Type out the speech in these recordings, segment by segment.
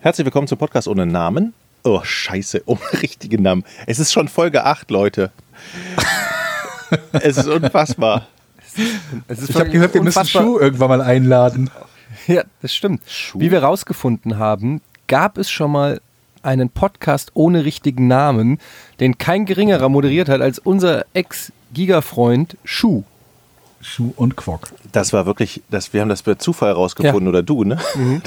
Herzlich willkommen zum Podcast ohne Namen. Oh, scheiße, ohne richtigen Namen. Es ist schon Folge 8, Leute. es ist unfassbar. Es ist Ich habe wirklich gehört, wir müssen unfassbar- Schuh irgendwann mal einladen. Ja, das stimmt. Wie wir rausgefunden haben, gab es schon mal einen Podcast ohne richtigen Namen, den kein geringerer moderiert hat als unser Ex-Giga-Freund Schuh. Schuh und Quock. Das war wirklich, das, wir haben das per Zufall rausgefunden, Ja. Mhm. oder du, ne?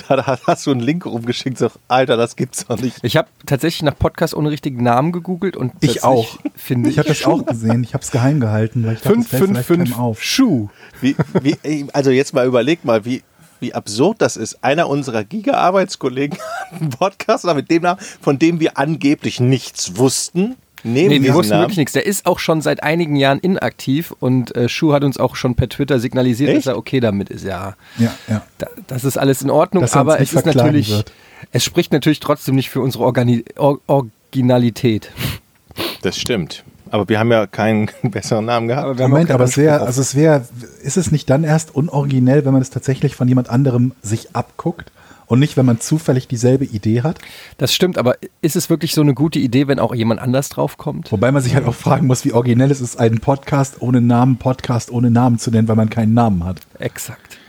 Da, da hast du einen Link rumgeschickt, sag, Alter, das gibt's doch nicht. Ich habe tatsächlich nach Podcast ohne richtigen Namen gegoogelt und Ich plötzlich auch. Finde Ich habe das auch gesehen. Ich habe es geheim gehalten, weil ich dachte, es fällt vielleicht keinem 555 auf. Schuh. Wie, wie, ey, also jetzt mal überleg mal, wie, wie absurd das ist. Einer unserer Giga-Arbeitskollegen hat einen Podcast mit dem Namen, von dem wir angeblich nichts wussten. Nehmen Nee, die diesen wussten Namen. wirklich nichts. Der ist auch schon seit einigen Jahren inaktiv und äh, Schuh hat uns auch schon per Twitter signalisiert, Echt? dass er okay damit ist, ja. Ja, ja. Da, das ist alles in Ordnung, Dass er uns aber nicht es ist verklagen natürlich, wird. es spricht natürlich trotzdem nicht für unsere Organi Or Originalität. Das stimmt. Aber wir haben ja keinen besseren Namen gehabt. Aber wir haben auch Moment, keinen aber es wäre, Anspruch auf- also es wäre, ist es nicht dann erst unoriginell, wenn man es tatsächlich von jemand anderem sich abguckt und nicht, wenn man zufällig dieselbe Idee hat? Das stimmt, aber ist es wirklich so eine gute Idee, wenn auch jemand anders draufkommt? Wobei man sich halt auch fragen muss, wie originell es ist, einen Podcast ohne Namen, Podcast ohne Namen zu nennen, weil man keinen Namen hat. Exakt.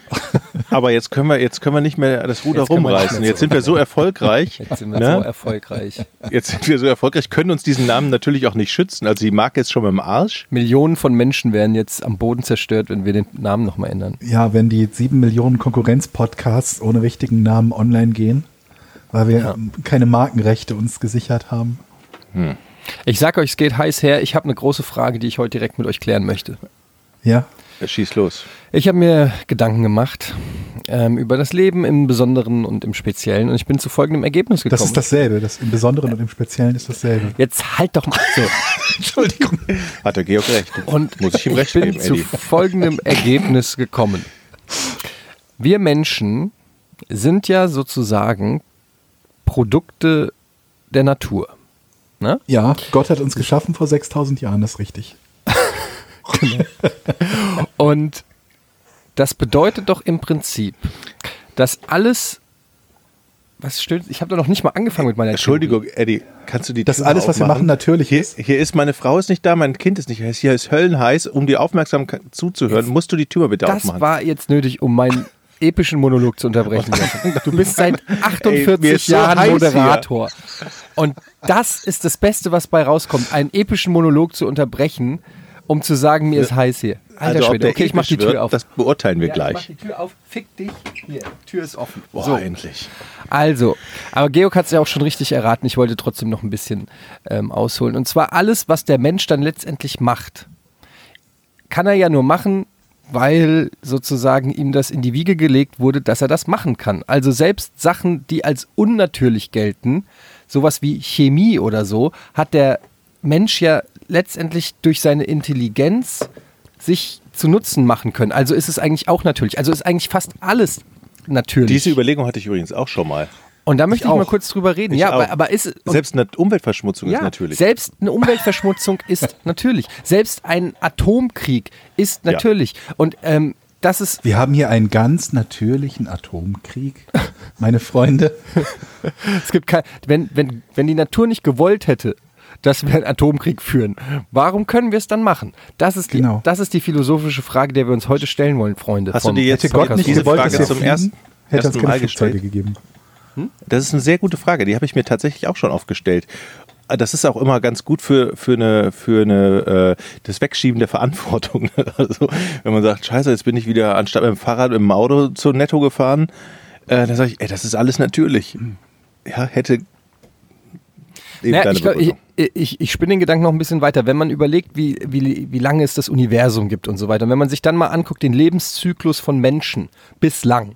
Aber jetzt können wir, jetzt können wir nicht mehr das Ruder Jetzt können wir nicht rumreißen. mehr Jetzt sind wir so erfolgreich. Jetzt sind wir so ne? erfolgreich. jetzt sind wir so erfolgreich, können uns diesen Namen natürlich auch nicht schützen. Also die Marke ist schon mit dem Arsch. Millionen von Menschen werden jetzt am Boden zerstört, wenn wir den Namen nochmal ändern. Ja, wenn die sieben Millionen Konkurrenz-Podcasts ohne richtigen Namen online gehen, weil wir ähm, keine Markenrechte uns gesichert haben. Ich sag euch, es geht heiß her. Ich habe eine große Frage, die ich heute direkt mit euch klären möchte. Ja. Schieß los. Ich habe mir Gedanken gemacht ähm, über das Leben im Besonderen und im Speziellen und ich bin zu folgendem Ergebnis gekommen. Das ist dasselbe. Das im Besonderen und im Speziellen ist dasselbe. Jetzt halt doch mal so. Entschuldigung. Hat der Georg recht. Und Muss ich ihm recht bin geben, zu Eddie. folgendem Ergebnis gekommen. Wir Menschen sind ja sozusagen Produkte der Natur. Ne? Ja, Gott hat uns geschaffen vor 6000 Jahren, das ist richtig. Und das bedeutet doch im Prinzip, dass alles, was stört, ich habe da noch nicht mal angefangen mit meiner Entschuldigung, Eddie, kannst du die Dass Tür alles, was wir aufmachen? machen, natürlich Hier, ist. hier ist meine Frau ist nicht da, mein Kind ist nicht heiß. Hier ist höllenheiß. Um dir aufmerksam zuzuhören, musst du die Tür mal bitte Das aufmachen. war jetzt nötig, um meinen epischen Monolog zu unterbrechen. Du bist seit Ey, mir 48 ist so heiß Jahren hier. Moderator. Und das ist das Beste, was bei rauskommt, einen epischen Monolog zu unterbrechen, um zu sagen, mir ist heiß hier. Alter also, ob Schwede, der okay, ich mach die episch Tür wird, auf. Das beurteilen wir Ja, Ich mach gleich. die Tür auf, fick dich. Hier, Tür ist offen. Boah, so, endlich. also, aber Georg hat es ja auch schon richtig erraten. Ich wollte trotzdem noch ein bisschen ähm, ausholen. Und zwar alles, was der Mensch dann letztendlich macht, kann er ja nur machen, weil sozusagen ihm das in die Wiege gelegt wurde, dass er das machen kann. Also selbst Sachen, die als unnatürlich gelten, sowas wie Chemie oder so, hat der Mensch ja letztendlich durch seine Intelligenz sich zu Nutzen machen können. Also ist es eigentlich auch natürlich. Also ist eigentlich fast alles natürlich. Diese Überlegung hatte ich übrigens auch schon mal. Und da möchte ich, auch. mal kurz drüber reden. Ich ja, auch. aber, aber ist und- Selbst eine Umweltverschmutzung ja, ist natürlich. Selbst eine Umweltverschmutzung ist natürlich. Selbst ein Atomkrieg ist Ja. natürlich. Und ähm, das ist Wir haben hier einen ganz natürlichen Atomkrieg, meine Freunde. es gibt kein, wenn wenn wenn die Natur nicht gewollt hätte, dass wir einen Atomkrieg führen, warum können wir es dann machen? Das ist die Genau. das ist die philosophische Frage, der wir uns heute stellen wollen, Freunde. Hast du vom dir jetzt- Hätte Gott Podcast- nicht diese gewollt, Frage dass wir zum zum ersten- ersten, hätte ersten uns keine Mal gestellt. Flugzeuge gegeben. Das ist eine sehr gute Frage. Die habe ich mir tatsächlich auch schon aufgestellt. Ah, Das ist auch immer ganz gut für, für, eine, für eine, äh, das Wegschieben der Verantwortung. Also, wenn man sagt, scheiße, jetzt bin ich wieder anstatt mit dem Fahrrad mit dem Auto zu Netto gefahren, äh, dann sage ich, ey, das ist alles natürlich. Ja, hätte eben Naja, deine ich, glaub, ich, Begründung. ich, ich spinne den Gedanken noch ein bisschen weiter. Wenn man überlegt, wie, wie, wie lange es das Universum gibt und so weiter, und wenn man sich dann mal anguckt, den Lebenszyklus von Menschen bislang,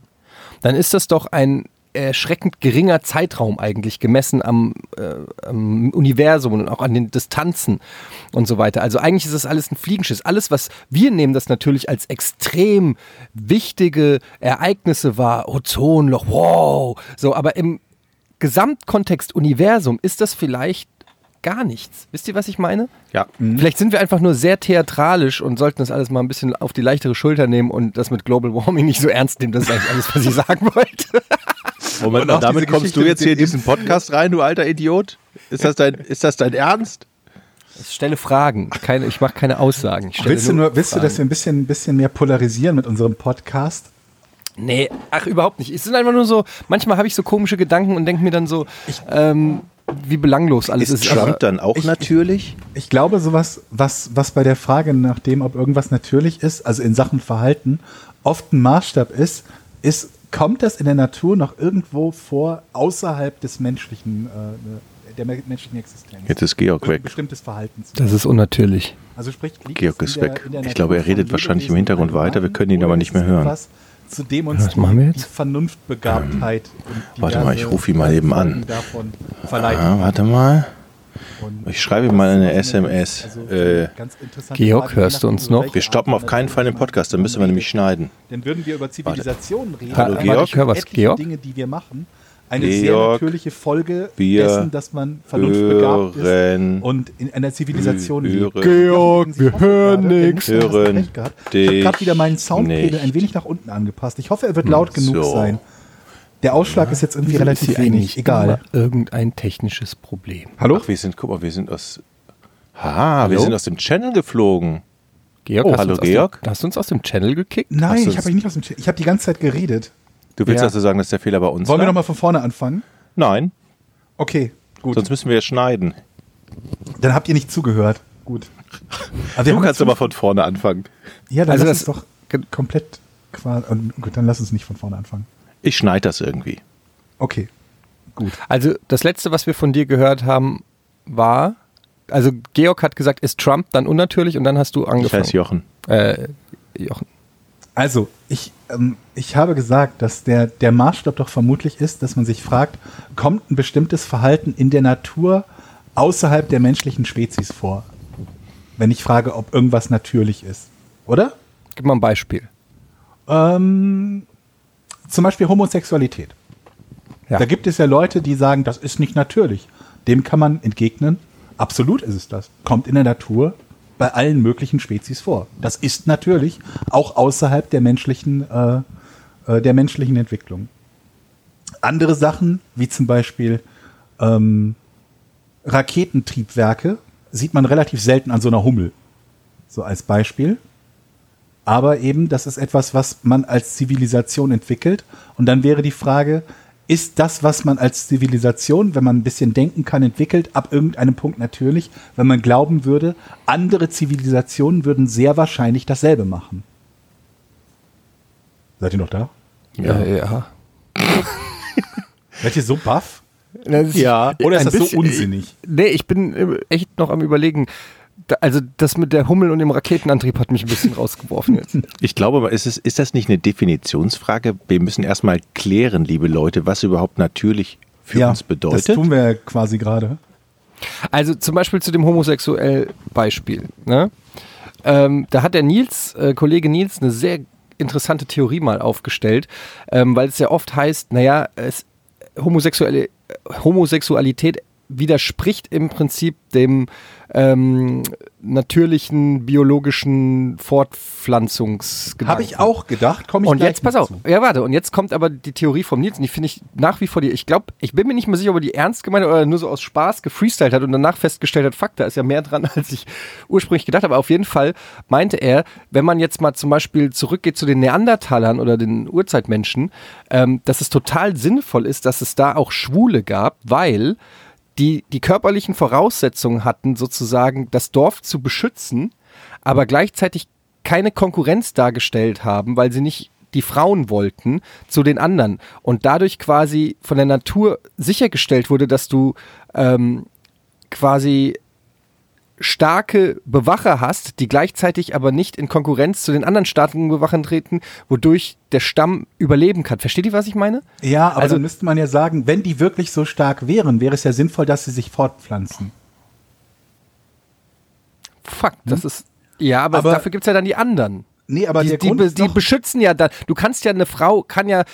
dann ist das doch ein erschreckend geringer Zeitraum eigentlich gemessen am, äh, am Universum und auch an den Distanzen und so weiter. Also eigentlich ist das alles ein Fliegenschiss. Alles, was wir nehmen, das natürlich als extrem wichtige Ereignisse wahr. Ozonloch, wow. So, aber im Gesamtkontext Universum ist das vielleicht gar nichts. Wisst ihr, was ich meine? ja. Vielleicht sind wir einfach nur sehr theatralisch und sollten das alles mal ein bisschen auf die leichtere Schulter nehmen und das mit Global Warming nicht so ernst nehmen. Das ist eigentlich alles, was ich sagen wollte. Moment mal, auch diese damit kommst Geschichte du jetzt mit hier in den diesen Podcast rein, du alter Idiot? Ist das dein, ist das dein Ernst? Ich stelle Fragen. Keine, ich mache keine Aussagen. Ich stelle Willst du, nur, willst du, dass wir ein bisschen, ein bisschen mehr polarisieren mit unserem Podcast? Nee, ach, überhaupt nicht. Es sind einfach nur so, manchmal habe ich so komische Gedanken und denke mir dann so, ähm, wie belanglos alles Ist ist. Trump Aber dann auch ich- natürlich? Ich glaube, sowas, was, was bei der Frage nach dem, ob irgendwas natürlich ist, also in Sachen Verhalten, oft ein Maßstab ist, ist, kommt das in der Natur noch irgendwo vor, außerhalb des menschlichen, äh, der me- menschlichen Existenz? Jetzt ist Georg Irgendein weg. Bestimmtes Verhaltens. das ist unnatürlich. Also sprich, liegt Georg es ist in der- weg. in der Ich Natur glaube, er von redet wahrscheinlich im Lebewesen Hintergrund weiter, wir allgemein, können ihn oder aber ist nicht mehr es hören. etwas, Zu demonstrieren, Was machen wir jetzt? die Vernunftbegabtheit. und warte mal, ich diverse rufe ihn mal eben an. Folgen Davon verleiten Ah, warte mal. und Ich schreibe ihm mal eine das ist SMS. also Äh, ganz interessant. Georg, Frage, je hörst du nachdem, uns über noch? welche wir stoppen Art auf keinen man Fall den Podcast, dann müssen wir nämlich schneiden. Dann würden wir über Zivilisationen reden. Hallo, aber Georg? durch Ich hör was, etliche Georg? Dinge, die wir machen. Eine sehr Georg, natürliche Folge wir dessen, dass man vernunftbegabt hören ist und in einer Zivilisation lebt. hören Georg, wir hören nix. nichts. Ich habe Hören dich gerade wieder meinen Soundpegel nicht. Hm, ein wenig nach unten angepasst. Ich hoffe, er wird laut genug so. sein. Der Ausschlag ist jetzt irgendwie relativ wenig. Egal. Irgendein technisches Problem. Hallo? Ach, wir sind, guck mal, wir sind aus. Ha, wir Hallo? sind aus dem Channel geflogen. Georg, Oh, hast, hallo, du uns aus Georg? Dem, hast du uns aus dem Channel gekickt? Hast Nein, du ich das- habe mich nicht aus dem Chat. Ich habe die ganze Zeit geredet. Du willst Ja. also sagen, dass der Fehler bei uns Wollen wir lag? nochmal von vorne anfangen? Nein, Okay, gut. sonst müssen wir ja schneiden. Dann habt ihr nicht zugehört. Gut. Aber wir Du haben kannst jetzt- aber von vorne anfangen. Ja, dann Also lass das- uns doch komplett quasi. und Gut, dann lass uns nicht von vorne anfangen. Ich schneide das irgendwie. Okay. Gut. Also das Letzte, was wir von dir gehört haben, war, also Georg hat gesagt, ist Trump dann unnatürlich und dann hast du Ich angefangen. heiße Jochen. Äh, Jochen. Also, ich, ähm, ich habe gesagt, dass der, der Maßstab doch vermutlich ist, dass man sich fragt, kommt ein bestimmtes Verhalten in der Natur außerhalb der menschlichen Spezies vor? Wenn ich frage, ob irgendwas natürlich ist. Oder? Gib mal ein Beispiel. Ähm, zum Beispiel Homosexualität. Ja. Da gibt es ja Leute, die sagen, das ist nicht natürlich. Dem kann man entgegnen, absolut ist es das. Kommt in der Natur bei allen möglichen Spezies vor. Das ist natürlich auch außerhalb der menschlichen, äh, äh, der menschlichen Entwicklung. Andere Sachen, wie zum Beispiel ähm, Raketentriebwerke, sieht man relativ selten an so einer Hummel. So als Beispiel. Aber eben, das ist etwas, was man als Zivilisation entwickelt. Und dann wäre die Frage, ist das, was man als Zivilisation, wenn man ein bisschen denken kann, entwickelt, ab irgendeinem Punkt natürlich, wenn man glauben würde, andere Zivilisationen würden sehr wahrscheinlich dasselbe machen. Seid ihr noch da? Ja. Äh, ja. Seid ihr so baff? ja. Oder ist das so unsinnig? Nee, ich bin äh, echt noch am überlegen. Da, also das mit der Hummel und dem Raketenantrieb hat mich ein bisschen rausgeworfen jetzt. Ich glaube, ist, es, ist das nicht eine Definitionsfrage? Wir müssen erstmal klären, liebe Leute, was überhaupt natürlich für uns bedeutet. Das tun wir ja quasi gerade. Also zum Beispiel zu dem homosexuell Beispiel. Ne? Ähm, da hat der Nils, äh, Kollege Nils, eine sehr interessante Theorie mal aufgestellt, ähm, weil es ja oft heißt, naja, es, homosexuelle, Homosexualität widerspricht im Prinzip dem ähm, natürlichen biologischen Fortpflanzungsgedanken. Habe ich auch gedacht, komme ich Und gleich jetzt, pass auf, zu. ja warte, und jetzt kommt aber die Theorie vom Nils und die finde ich nach wie vor die, ich glaube, ich bin mir nicht mehr sicher, ob er die ernst gemeint hat oder nur so aus Spaß gefreestylt hat und danach festgestellt hat, fuck, da ist ja mehr dran, als ich ursprünglich gedacht habe. Aber auf jeden Fall meinte er, wenn man jetzt mal zum Beispiel zurückgeht zu den Neandertalern oder den Urzeitmenschen, ähm, dass es total sinnvoll ist, dass es da auch Schwule gab, weil die die körperlichen Voraussetzungen hatten, sozusagen das Dorf zu beschützen, aber gleichzeitig keine Konkurrenz dargestellt haben, weil sie nicht die Frauen wollten zu den anderen und dadurch quasi von der Natur sichergestellt wurde, dass du ähm, quasi starke Bewacher hast, die gleichzeitig aber nicht in Konkurrenz zu den anderen starken Bewachern treten, wodurch der Stamm überleben kann. Versteht ihr, was ich meine? Ja, aber Also- dann müsste man ja sagen, wenn die wirklich so stark wären, wäre es ja sinnvoll, dass sie sich fortpflanzen. Fuck, das ist. Ja, aber, Hm? Aber- dafür gibt es ja dann die anderen. Nee, aber die, der die, Grund be- ist die doch- beschützen ja dann. Du kannst ja eine Frau, kann ja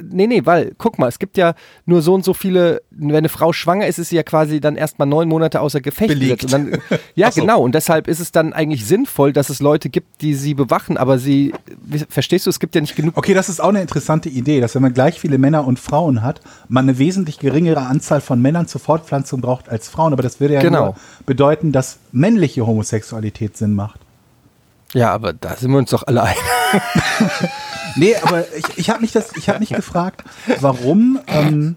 nee, nee, weil, guck mal, es gibt ja nur so und so viele, wenn eine Frau schwanger ist, ist sie ja quasi dann erstmal neun Monate außer Gefecht Belegt. gesetzt. Und dann, ja, genau. Und deshalb ist es dann eigentlich sinnvoll, dass es Leute gibt, die sie bewachen, aber sie, wie- verstehst du, es gibt ja nicht genug. Okay, das ist auch eine interessante Idee, dass wenn man gleich viele Männer und Frauen hat, man eine wesentlich geringere Anzahl von Männern zur Fortpflanzung braucht als Frauen. Aber das würde ja Genau. nur bedeuten, dass männliche Homosexualität Sinn macht. Ja, aber da sind wir uns doch alle einig. Nee, aber ich, ich habe mich, das- ich hab mich gefragt, warum. Ähm,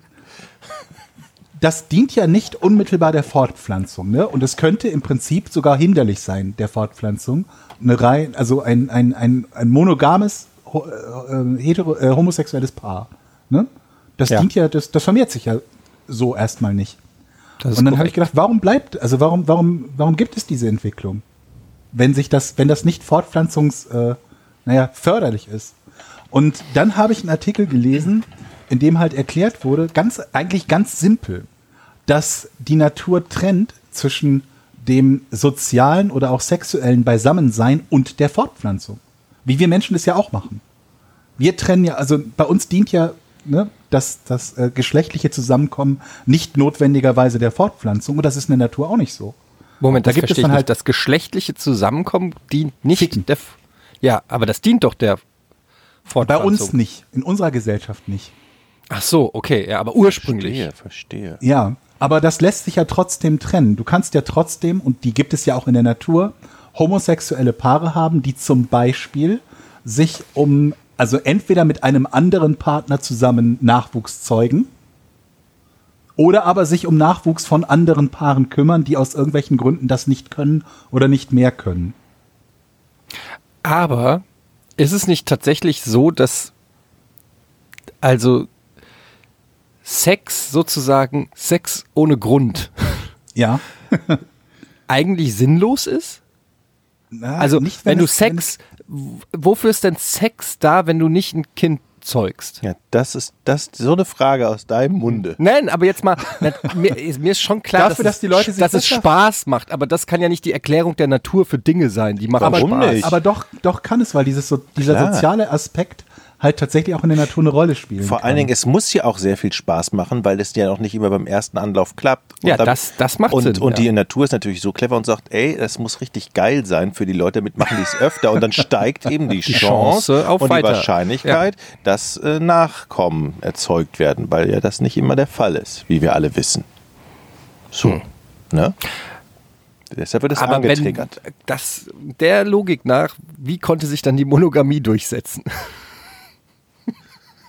das dient ja nicht unmittelbar der Fortpflanzung, ne? Und es könnte im Prinzip sogar hinderlich sein, der Fortpflanzung. Eine rein, also ein, ein, ein, ein monogames ho- äh, hetero, äh, homosexuelles Paar. Ne? Das Ja. dient ja, das, das vermehrt sich ja so erstmal nicht. Das ist Und dann habe korrekt. ich gedacht, warum bleibt, also warum, warum, warum gibt es diese Entwicklung? Wenn sich das, wenn das nicht fortpflanzungs, äh, naja, förderlich ist. Und dann habe ich einen Artikel gelesen, in dem halt erklärt wurde, ganz, eigentlich ganz simpel, dass die Natur trennt zwischen dem sozialen oder auch sexuellen Beisammensein und der Fortpflanzung. Wie wir Menschen das ja auch machen. Wir trennen ja, also bei uns dient ja ne, das, das äh, geschlechtliche Zusammenkommen nicht notwendigerweise der Fortpflanzung und das ist in der Natur auch nicht so. Moment, Da das gibt es verstehe ich dann nicht. halt- Das geschlechtliche Zusammenkommen dient nicht Ficken. der. F ja, aber das dient doch der Bei Fortpflanzung. uns nicht, in unserer Gesellschaft nicht. Ach so, okay, ja, aber ursprünglich. Verstehe, verstehe. Ja, aber das lässt sich ja trotzdem trennen. Du kannst ja trotzdem, und die gibt es ja auch in der Natur, homosexuelle Paare haben, die zum Beispiel sich um, also entweder mit einem anderen Partner zusammen Nachwuchs zeugen oder aber sich um Nachwuchs von anderen Paaren kümmern, die aus irgendwelchen Gründen das nicht können oder nicht mehr können. Aber ist es nicht tatsächlich so, dass also Sex sozusagen Sex ohne Grund Ja. eigentlich sinnlos ist? Na, Also nicht, wenn, du es- Sex, w- wofür ist denn Sex da, wenn du nicht ein Kind zeugst? Ja, das ist das so eine Frage aus deinem Munde. Nein, aber jetzt mal, na, mir, ist- mir ist schon klar, Dafür, dass die Leute es, sich dass es besser- Spaß macht, aber das kann ja nicht die Erklärung der Natur für Dinge sein, die machen Aber Spaß. Warum nicht? Aber doch, doch kann es, weil dieses so, dieser Klar. soziale Aspekt halt tatsächlich auch in der Natur eine Rolle spielt. Vor allen Dingen, es muss ja auch sehr viel Spaß machen, weil es ja auch nicht immer beim ersten Anlauf klappt. Ja, dann- das- das macht und, Sinn, Und ja. die Natur ist natürlich so clever und sagt, ey, das muss richtig geil sein für die Leute, damit machen die es öfter. Und dann steigt eben die, Chance, Chance auf und weiter. die Wahrscheinlichkeit, dass äh, Nachkommen erzeugt werden, weil ja das nicht immer der Fall ist, wie wir alle wissen. So, ne? Deshalb wird es Hm. aber wenn angetriggert. das der Logik nach, wie konnte sich dann die Monogamie durchsetzen?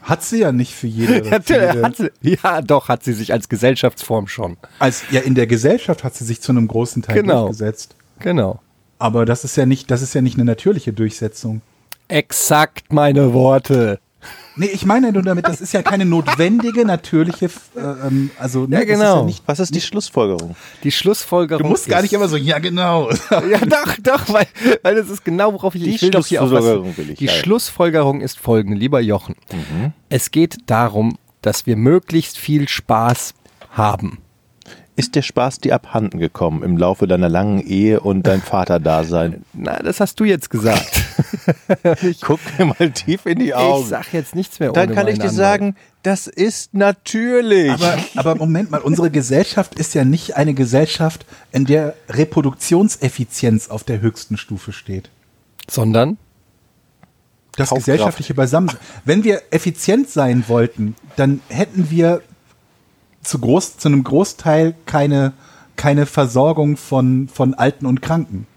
Hat sie ja nicht für jede. Ja, für natürlich jede hat sie, ja, doch, hat sie sich als Gesellschaftsform schon. als, ja, in der Gesellschaft hat sie sich zu einem großen Teil Genau. durchgesetzt. Genau. Aber das ist ja nicht, das ist ja nicht eine natürliche Durchsetzung. Exakt meine Worte. Nee, ich meine nur damit, das ist ja keine notwendige, natürliche, äh, ähm, also ne, Ja, das ist ja genau. nicht, Was ist die Schlussfolgerung? Die Schlussfolgerung. du musst gar ist- nicht immer so, ja genau. Ja, doch, doch, weil, weil das ist genau, worauf ich, Die ich will doch hier auch was, Schlussfolgerung will ich, Die ja, Mhm. ja. Schlussfolgerung ist folgende, lieber Jochen. Es geht darum, dass wir möglichst viel Spaß haben. Ist der Spaß dir abhanden gekommen im Laufe deiner langen Ehe und dein Vaterdasein? Na, das hast du jetzt gesagt. Guck mir mal tief in die Ich Augen. sag jetzt nichts mehr Dann ohne kann ich meine dir Anwalt. sagen, das ist natürlich. Aber, aber Moment mal, unsere Gesellschaft ist ja nicht eine Gesellschaft, in der Reproduktionseffizienz auf der höchsten Stufe steht. Sondern? Das Kaufkraft. gesellschaftliche Beisammensein. Wenn wir effizient sein wollten, dann hätten wir zu, groß, zu einem Großteil keine, keine Versorgung von, von Alten und Kranken.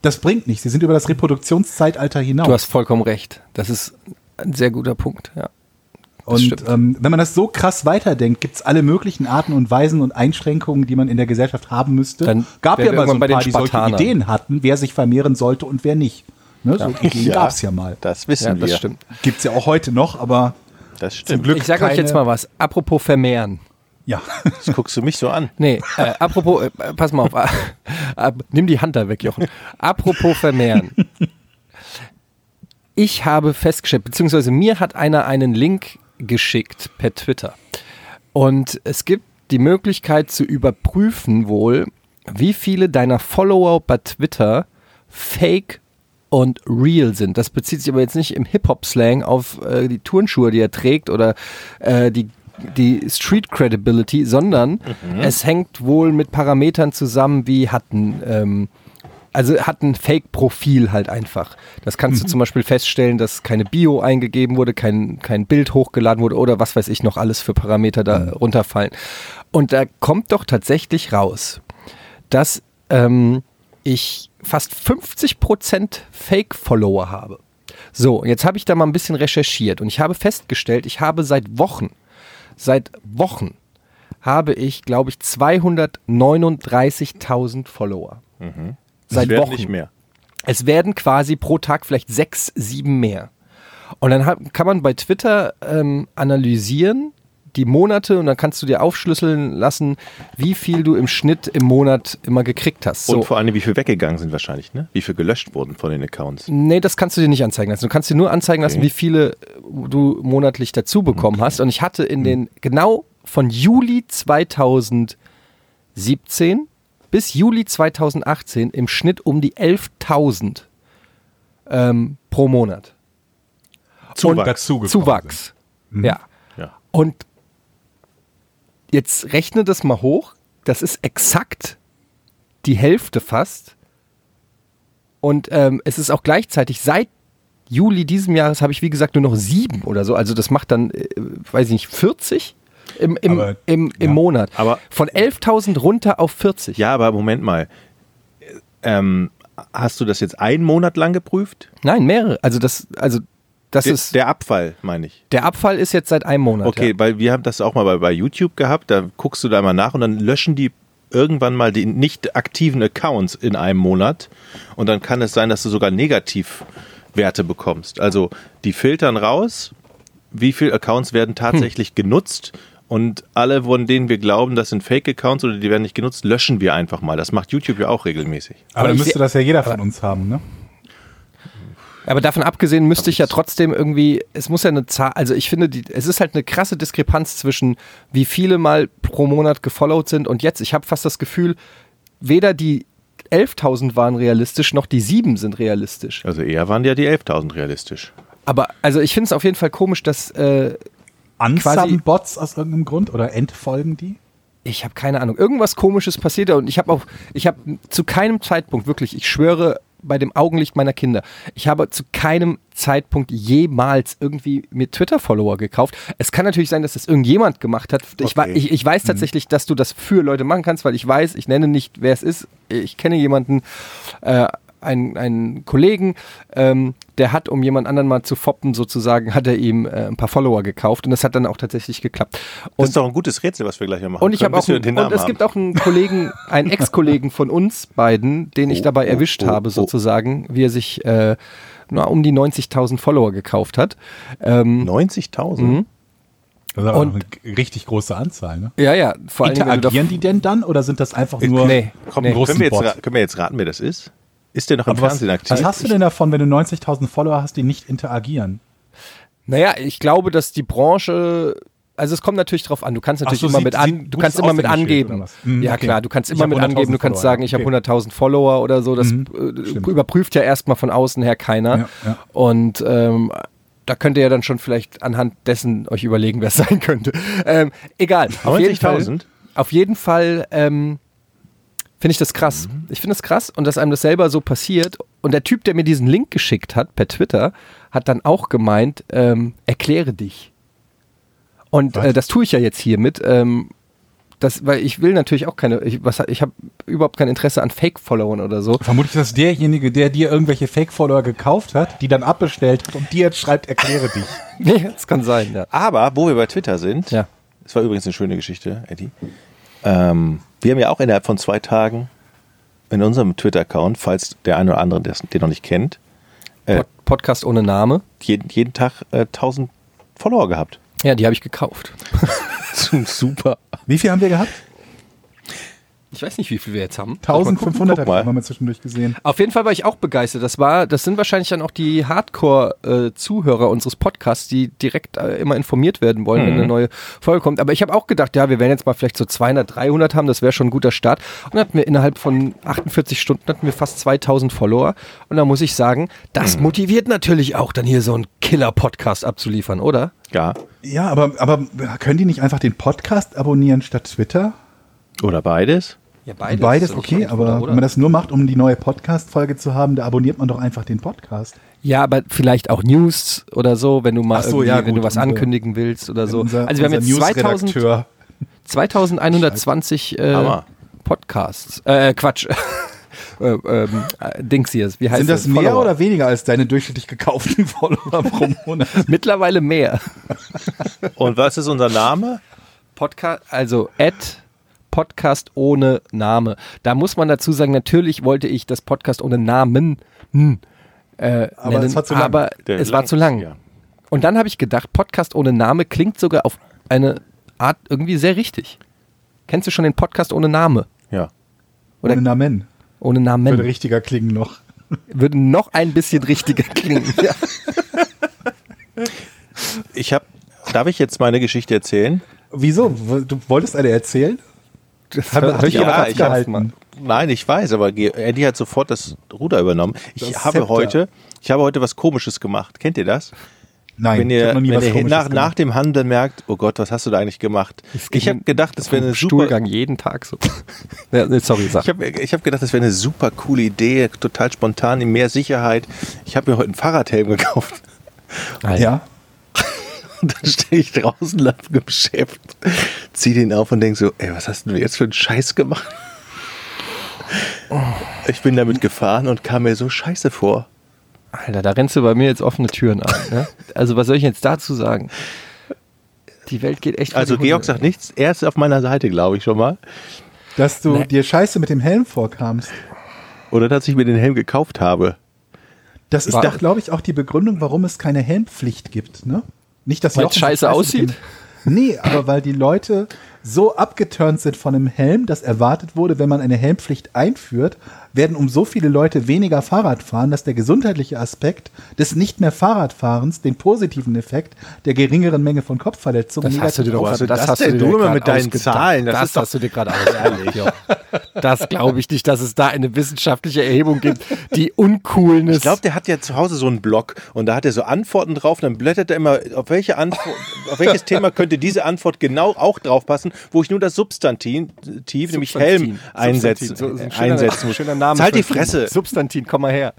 Das bringt nichts. Sie sind über das Reproduktionszeitalter hinaus. Oh. Du hast vollkommen recht. Das ist ein sehr guter Punkt, ja. und stimmt. ähm, wenn man das so krass weiterdenkt, gibt es alle möglichen Arten und Weisen und Einschränkungen, die man in der Gesellschaft haben müsste. Dann Gab wären ja wir mal so irgendwann ein bei den paar, die solche Spartanern. Ideen hatten, wer sich vermehren sollte und wer nicht. Ne, So Ideen Ja, gab es ja mal. Das wissen Ja, wir. das stimmt. Gibt es ja auch heute noch, aber Das stimmt. zum Glück Ich sage euch keine- jetzt mal was. Apropos vermehren. Ja. Jetzt guckst du mich so an. Nee, äh, apropos, äh, pass mal auf. Äh, ab, nimm die Hand da weg, Jochen. Apropos vermehren. Ich habe festgestellt, beziehungsweise mir hat einer einen Link geschickt per Twitter. Und es gibt die Möglichkeit zu überprüfen wohl, wie viele deiner Follower bei Twitter fake und real sind. Das bezieht sich aber jetzt nicht im Hip-Hop-Slang auf äh, die Turnschuhe, die er trägt oder äh, die, die Street Credibility, sondern es hängt wohl mit Parametern zusammen, wie hat ein, ähm, also hat ein Fake-Profil halt einfach. Das kannst du zum Beispiel feststellen, dass keine Bio eingegeben wurde, kein, kein Bild hochgeladen wurde oder was weiß ich noch alles für Parameter da runterfallen. Und da kommt doch tatsächlich raus, dass ähm, ich fast 50% Fake-Follower habe. So, und jetzt habe ich da mal ein bisschen recherchiert und ich habe festgestellt, ich habe seit Wochen, seit Wochen habe ich, glaube ich, 239.000 Follower. Es Seit werden Wochen. Mhm. nicht mehr. Es werden quasi pro Tag vielleicht sechs, sieben mehr. Und dann hat, kann man bei Twitter ähm, analysieren die Monate und dann kannst du dir aufschlüsseln lassen, wie viel du im Schnitt im Monat immer gekriegt hast. So. Und vor allem, wie viel weggegangen sind wahrscheinlich, ne? Wie viel gelöscht wurden von den Accounts. Nee, das kannst du dir nicht anzeigen lassen. Du kannst dir nur anzeigen lassen, Okay. wie viele äh, du monatlich dazu bekommen hast. Und ich hatte Hm. in den, genau von Juli 2017 bis Juli 2018 im Schnitt um die 11.000 ähm, pro Monat. Zuwachs. Hm. dazugekommen sind. Zuwachs. Ja. Ja. Und jetzt rechne das mal hoch. Das ist exakt die Hälfte fast. Und ähm, es ist auch gleichzeitig seit Juli diesen Jahres habe ich, wie gesagt, nur noch sieben oder so. Also das macht dann, äh, weiß ich nicht, 40 im, im, Aber, im, im ja. Monat. Aber- Von 11.000 runter auf 40. Ja, aber Moment mal. Ähm, hast du das jetzt einen Monat lang geprüft? Nein, mehrere. Also das, also das Der, ist, der, der Abfall, meine ich. Abfall ist jetzt seit einem Monat. Okay, weil wir haben das auch mal bei, bei YouTube gehabt, da guckst du da mal nach und dann löschen die irgendwann mal die nicht aktiven Accounts in einem Monat und dann kann es sein, dass du sogar Negativwerte bekommst. Also die filtern raus, wie viele Accounts werden Hm. tatsächlich genutzt und alle, von denen wir glauben, das sind Fake-Accounts oder die werden nicht genutzt, löschen wir einfach mal. Das macht YouTube ja auch regelmäßig. Aber Aber dann ich seh- müsste das ja jeder von uns haben, ne? Aber davon abgesehen müsste ich ja trotzdem irgendwie, es muss ja eine Zahl, also ich finde, die, es ist halt eine krasse Diskrepanz zwischen, wie viele mal pro Monat gefollowt sind und jetzt. Ich habe fast das Gefühl, weder die 11.000 waren realistisch, noch die 7 sind realistisch. Also eher waren ja die 11.000 realistisch. Aber also ich finde es auf jeden Fall komisch, dass äh, Ansagen Bots aus irgendeinem Grund oder entfolgen die? ich habe keine Ahnung, irgendwas komisches passiert da und ich habe auch, ich habe zu keinem Zeitpunkt wirklich, ich schwöre bei dem Augenlicht meiner Kinder, ich habe zu keinem Zeitpunkt jemals irgendwie mir Twitter-Follower gekauft. Es kann natürlich sein, dass das irgendjemand gemacht hat. Ich, wei- ich, ich weiß tatsächlich, dass du das für Leute machen kannst, weil ich weiß, ich nenne nicht, wer es ist. Ich kenne jemanden, äh, einen, einen Kollegen, ähm, der hat, um jemand anderen mal zu foppen, sozusagen, hat er ihm äh, ein paar Follower gekauft und das hat dann auch tatsächlich geklappt. Und Das ist doch ein gutes Rätsel, was wir gleich noch machen. und ich können, habe bis auch wir einen, den und Namen es gibt auch einen Kollegen, einen Ex-Kollegen von uns beiden, den Oh, ich dabei erwischt habe sozusagen, wie er sich äh, na, um die 90.000 Follower gekauft hat. Ähm, haben. 90.000. Mhm. Das ist aber Und- noch eine richtig große Anzahl, ne? Ja, ja, vor allem Interagieren die denn dann oder sind das einfach nur Nee. Komm, Nee. können, wir jetzt, Bot? ra- können wir jetzt raten, wer das ist? Ist der noch im Aber was, Fernsehen aktiv? was hast du denn davon, wenn du 90.000 Follower hast, die nicht interagieren? Naja, ich glaube, dass die Branche also es kommt natürlich drauf an. Du kannst natürlich so, immer sie- mit sie- an, du gutes kannst immer mit Aushängeschild oder angeben. was? Mhm, ja okay. klar, du kannst Ich immer hab mit 100.000 angeben. Du kannst Follower, sagen, ich habe okay. Mhm. 100.000 Follower oder so. Das äh, stimmt. überprüft ja erstmal von außen her keiner. Ja, ja. Und ähm, da könnt ihr ja dann schon vielleicht anhand dessen euch überlegen, wer es sein könnte. Ähm, egal. Auf jeden Fall, 90.000? auf jeden Fall ähm, finde ich das krass. Ich finde das krass und dass einem das selber so passiert. Und der Typ, der mir diesen Link geschickt hat per Twitter, hat dann auch gemeint, ähm, erkläre dich. Und äh, das tue ich ja jetzt hiermit. Ähm, das, weil ich will natürlich auch keine, ich, was- ich habe überhaupt kein Interesse an Fake-Followern oder so. Vermutlich ist das derjenige, der dir irgendwelche Fake-Follower gekauft hat, die dann abbestellt hat und dir jetzt schreibt, erkläre dich. Nee, das kann sein, ja. Aber wo wir bei Twitter sind, Ja. es war übrigens eine schöne Geschichte, Eddie. Ähm, wir haben ja auch innerhalb von zwei Tagen in unserem Twitter-Account, falls der eine oder andere das, den noch nicht kennt, Äh. Pod Podcast ohne Name. jeden, jeden Tag äh, 1000 Follower gehabt. Ja, die habe ich gekauft. Super. Wie viel haben wir gehabt? Ich weiß nicht, wie viel wir jetzt haben. 1500 Guck habe mal. ich immer mal zwischendurch gesehen. Auf jeden Fall war ich auch begeistert. Das war, das sind wahrscheinlich dann auch die Hardcore-Zuhörer unseres Podcasts, die direkt äh, immer informiert werden wollen, wenn eine Mhm. neue Folge kommt. Aber ich habe auch gedacht, ja, wir werden jetzt mal vielleicht so 200, 300 haben. Das wäre schon ein guter Start. Und dann hatten wir innerhalb von 48 Stunden hatten wir fast 2000 Follower. Und da muss ich sagen, das Mhm. motiviert natürlich auch, dann hier so einen Killer-Podcast abzuliefern, oder? Ja. Ja, aber, aber können die nicht einfach den Podcast abonnieren statt Twitter? Oder beides? Ja, Beides, okay, aber wenn man das nur macht, um die neue Podcast-Folge zu haben, da abonniert man doch einfach den Podcast. Ja, aber vielleicht auch News oder so, wenn du mal Ach so, irgendwie, ja, wenn gut, du was unser- ankündigen willst oder so. Unser- also wir haben jetzt unser 2000, Newsredakteur. 2120 äh, Hammer. Podcasts. Äh, Quatsch. äh, ähm, äh, Dings hier. Wie heißt Sind das das mehr Follower. oder weniger als deine durchschnittlich gekauften Follower pro Monat? Mittlerweile mehr. Und was ist unser Name? Podcast, also at Podcast ohne Name. Da muss man dazu sagen, natürlich wollte ich das Podcast ohne Namen hm, äh, Aber nennen, es war zu lang. aber Der es war zu lang. ja. Und dann habe ich gedacht, Podcast ohne Name klingt sogar auf eine Art irgendwie sehr richtig. Kennst du schon den Podcast ohne Name? Ja. Oder- Ohne Namen. Ohne Würde Namen. richtiger klingen noch. Würde noch ein bisschen richtiger klingen. Ja. Ich habe, darf ich jetzt meine Geschichte erzählen? Wieso? Du wolltest eine erzählen? Das Hat- hat hab dich auch auch gedacht. abgehalten. Mann. Nein, ich weiß, aber Ge- Andy hat sofort das Ruder übernommen. Ich Das habe Zepter. heute, ich habe heute was Komisches gemacht. Kennt ihr das? Nein, wenn ihr, hab noch nie wenn was ihr Komisches nach, nach gemacht. dem Handeln merkt, oh Gott, was hast du da eigentlich gemacht? ging Ich habe gedacht, um das wäre eine super Stuhlgang jeden Tag so. ja, nee, sorry, sag. Ich habe ich hab gedacht, das wäre eine super coole Idee, total spontan, in mehr Sicherheit. Ich habe mir heute einen Fahrradhelm gekauft. Alter. Ja, Und dann stehe ich draußen lang im Geschäft, ziehe den auf und denke so, ey, was hast denn du jetzt für einen Scheiß gemacht? Ich bin damit gefahren und kam mir so scheiße vor. Alter, da rennst du bei mir jetzt offene Türen an. Ne? Also was soll ich jetzt dazu sagen? Die Welt geht echt. vor Also die Hunde. Georg sagt nichts, er ist auf meiner Seite, glaube ich schon mal. dass du Nee. dir scheiße mit dem Helm vorkamst. Oder dass ich mir den Helm gekauft habe. Das ist War- doch, glaube ich, auch die Begründung, warum es keine Helmpflicht gibt, ne? Nicht, dass Weil's Jochen so scheiße mit aussieht? Dem, nee, aber weil die Leute so abgeturnt sind von einem Helm, dass erwartet wurde, wenn man eine Helmpflicht einführt, werden um so viele Leute weniger Fahrrad fahren, dass der gesundheitliche Aspekt des nicht mehr Fahrradfahrens den positiven Effekt der geringeren Menge von Kopfverletzungen Das hast du dir doch Wo negativ hast du gerade- das das hast denn? du dir Du immer gerade mit deinen ausgedacht. Zahlen, das Das, ist doch- hast du dir gerade ausgedacht. Jochen. Das glaube ich nicht, dass es da eine wissenschaftliche Erhebung gibt, die uncoolness. Ich glaube, der hat ja zu Hause so einen Blog und da hat er so Antworten drauf. Dann blättert er immer, auf, welche Antwort, auf welches Thema könnte diese Antwort genau auch draufpassen, wo ich nur das Substantiv, nämlich Helm, Substantin. einsetzen, äh, Substantin. So ist ein schöner- einsetzen muss. Schöner Name. Jetzt Halt die für ein Kind. Fresse, Substantin, komm mal her.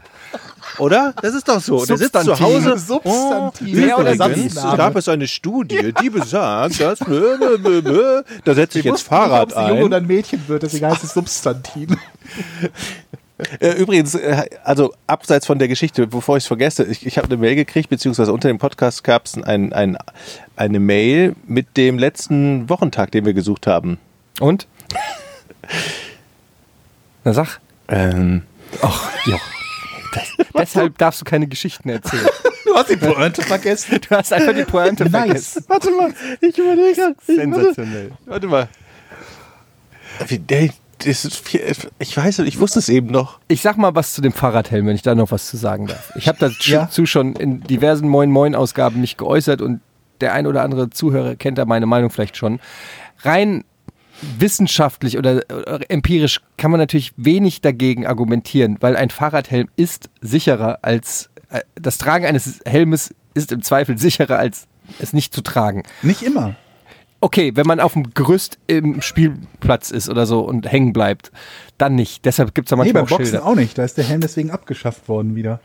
oder? Das ist doch so. Der sitzt zu Substantin. Hause. Oh, Substantin. Mehr oder Übrigens Satzname. gab es eine Studie, die besagt, dass blö, blö, blö, blö, da setze ich jetzt wussten nicht, Fahrrad ob's ein Junge oder ein. ein Mädchen wird, deswegen heißt es Substantin. Äh, Übrigens, äh, also abseits von der Geschichte, bevor ich es vergesse, ich, ich habe eine Mail gekriegt, beziehungsweise unter dem Podcast gab es ein, ein, eine Mail mit dem letzten Wochentag, den wir gesucht haben. Und? Na sag. Ähm, Ach, Joch. Deshalb darfst du keine Geschichten erzählen. Du hast die Pointe vergessen. Du hast einfach die Pointe vergessen. Nice. warte mal, ich überlege. ich- Sensationell. Warte, warte mal. Wie- ey, das ist viel- Ich weiß, ich wusste es eben noch. Ich sag mal was zu dem Fahrradhelm, wenn ich da noch was zu sagen darf. Ich habe dazu Ja. schon in diversen Moin Moin Ausgaben mich geäußert und der ein oder andere Zuhörer kennt da meine Meinung vielleicht schon. Rein wissenschaftlich oder, oder empirisch kann man natürlich wenig dagegen argumentieren, weil ein Fahrradhelm ist sicherer als äh, das Tragen eines Helmes ist im Zweifel sicherer als es nicht zu tragen. Nicht immer. Okay, wenn man auf dem Gerüst im Spielplatz ist oder so und hängen bleibt, dann nicht. Deshalb gibt's da Nee, manchmal beim auch Boxen Schilder. auch nicht. Da ist der Helm deswegen abgeschafft worden wieder.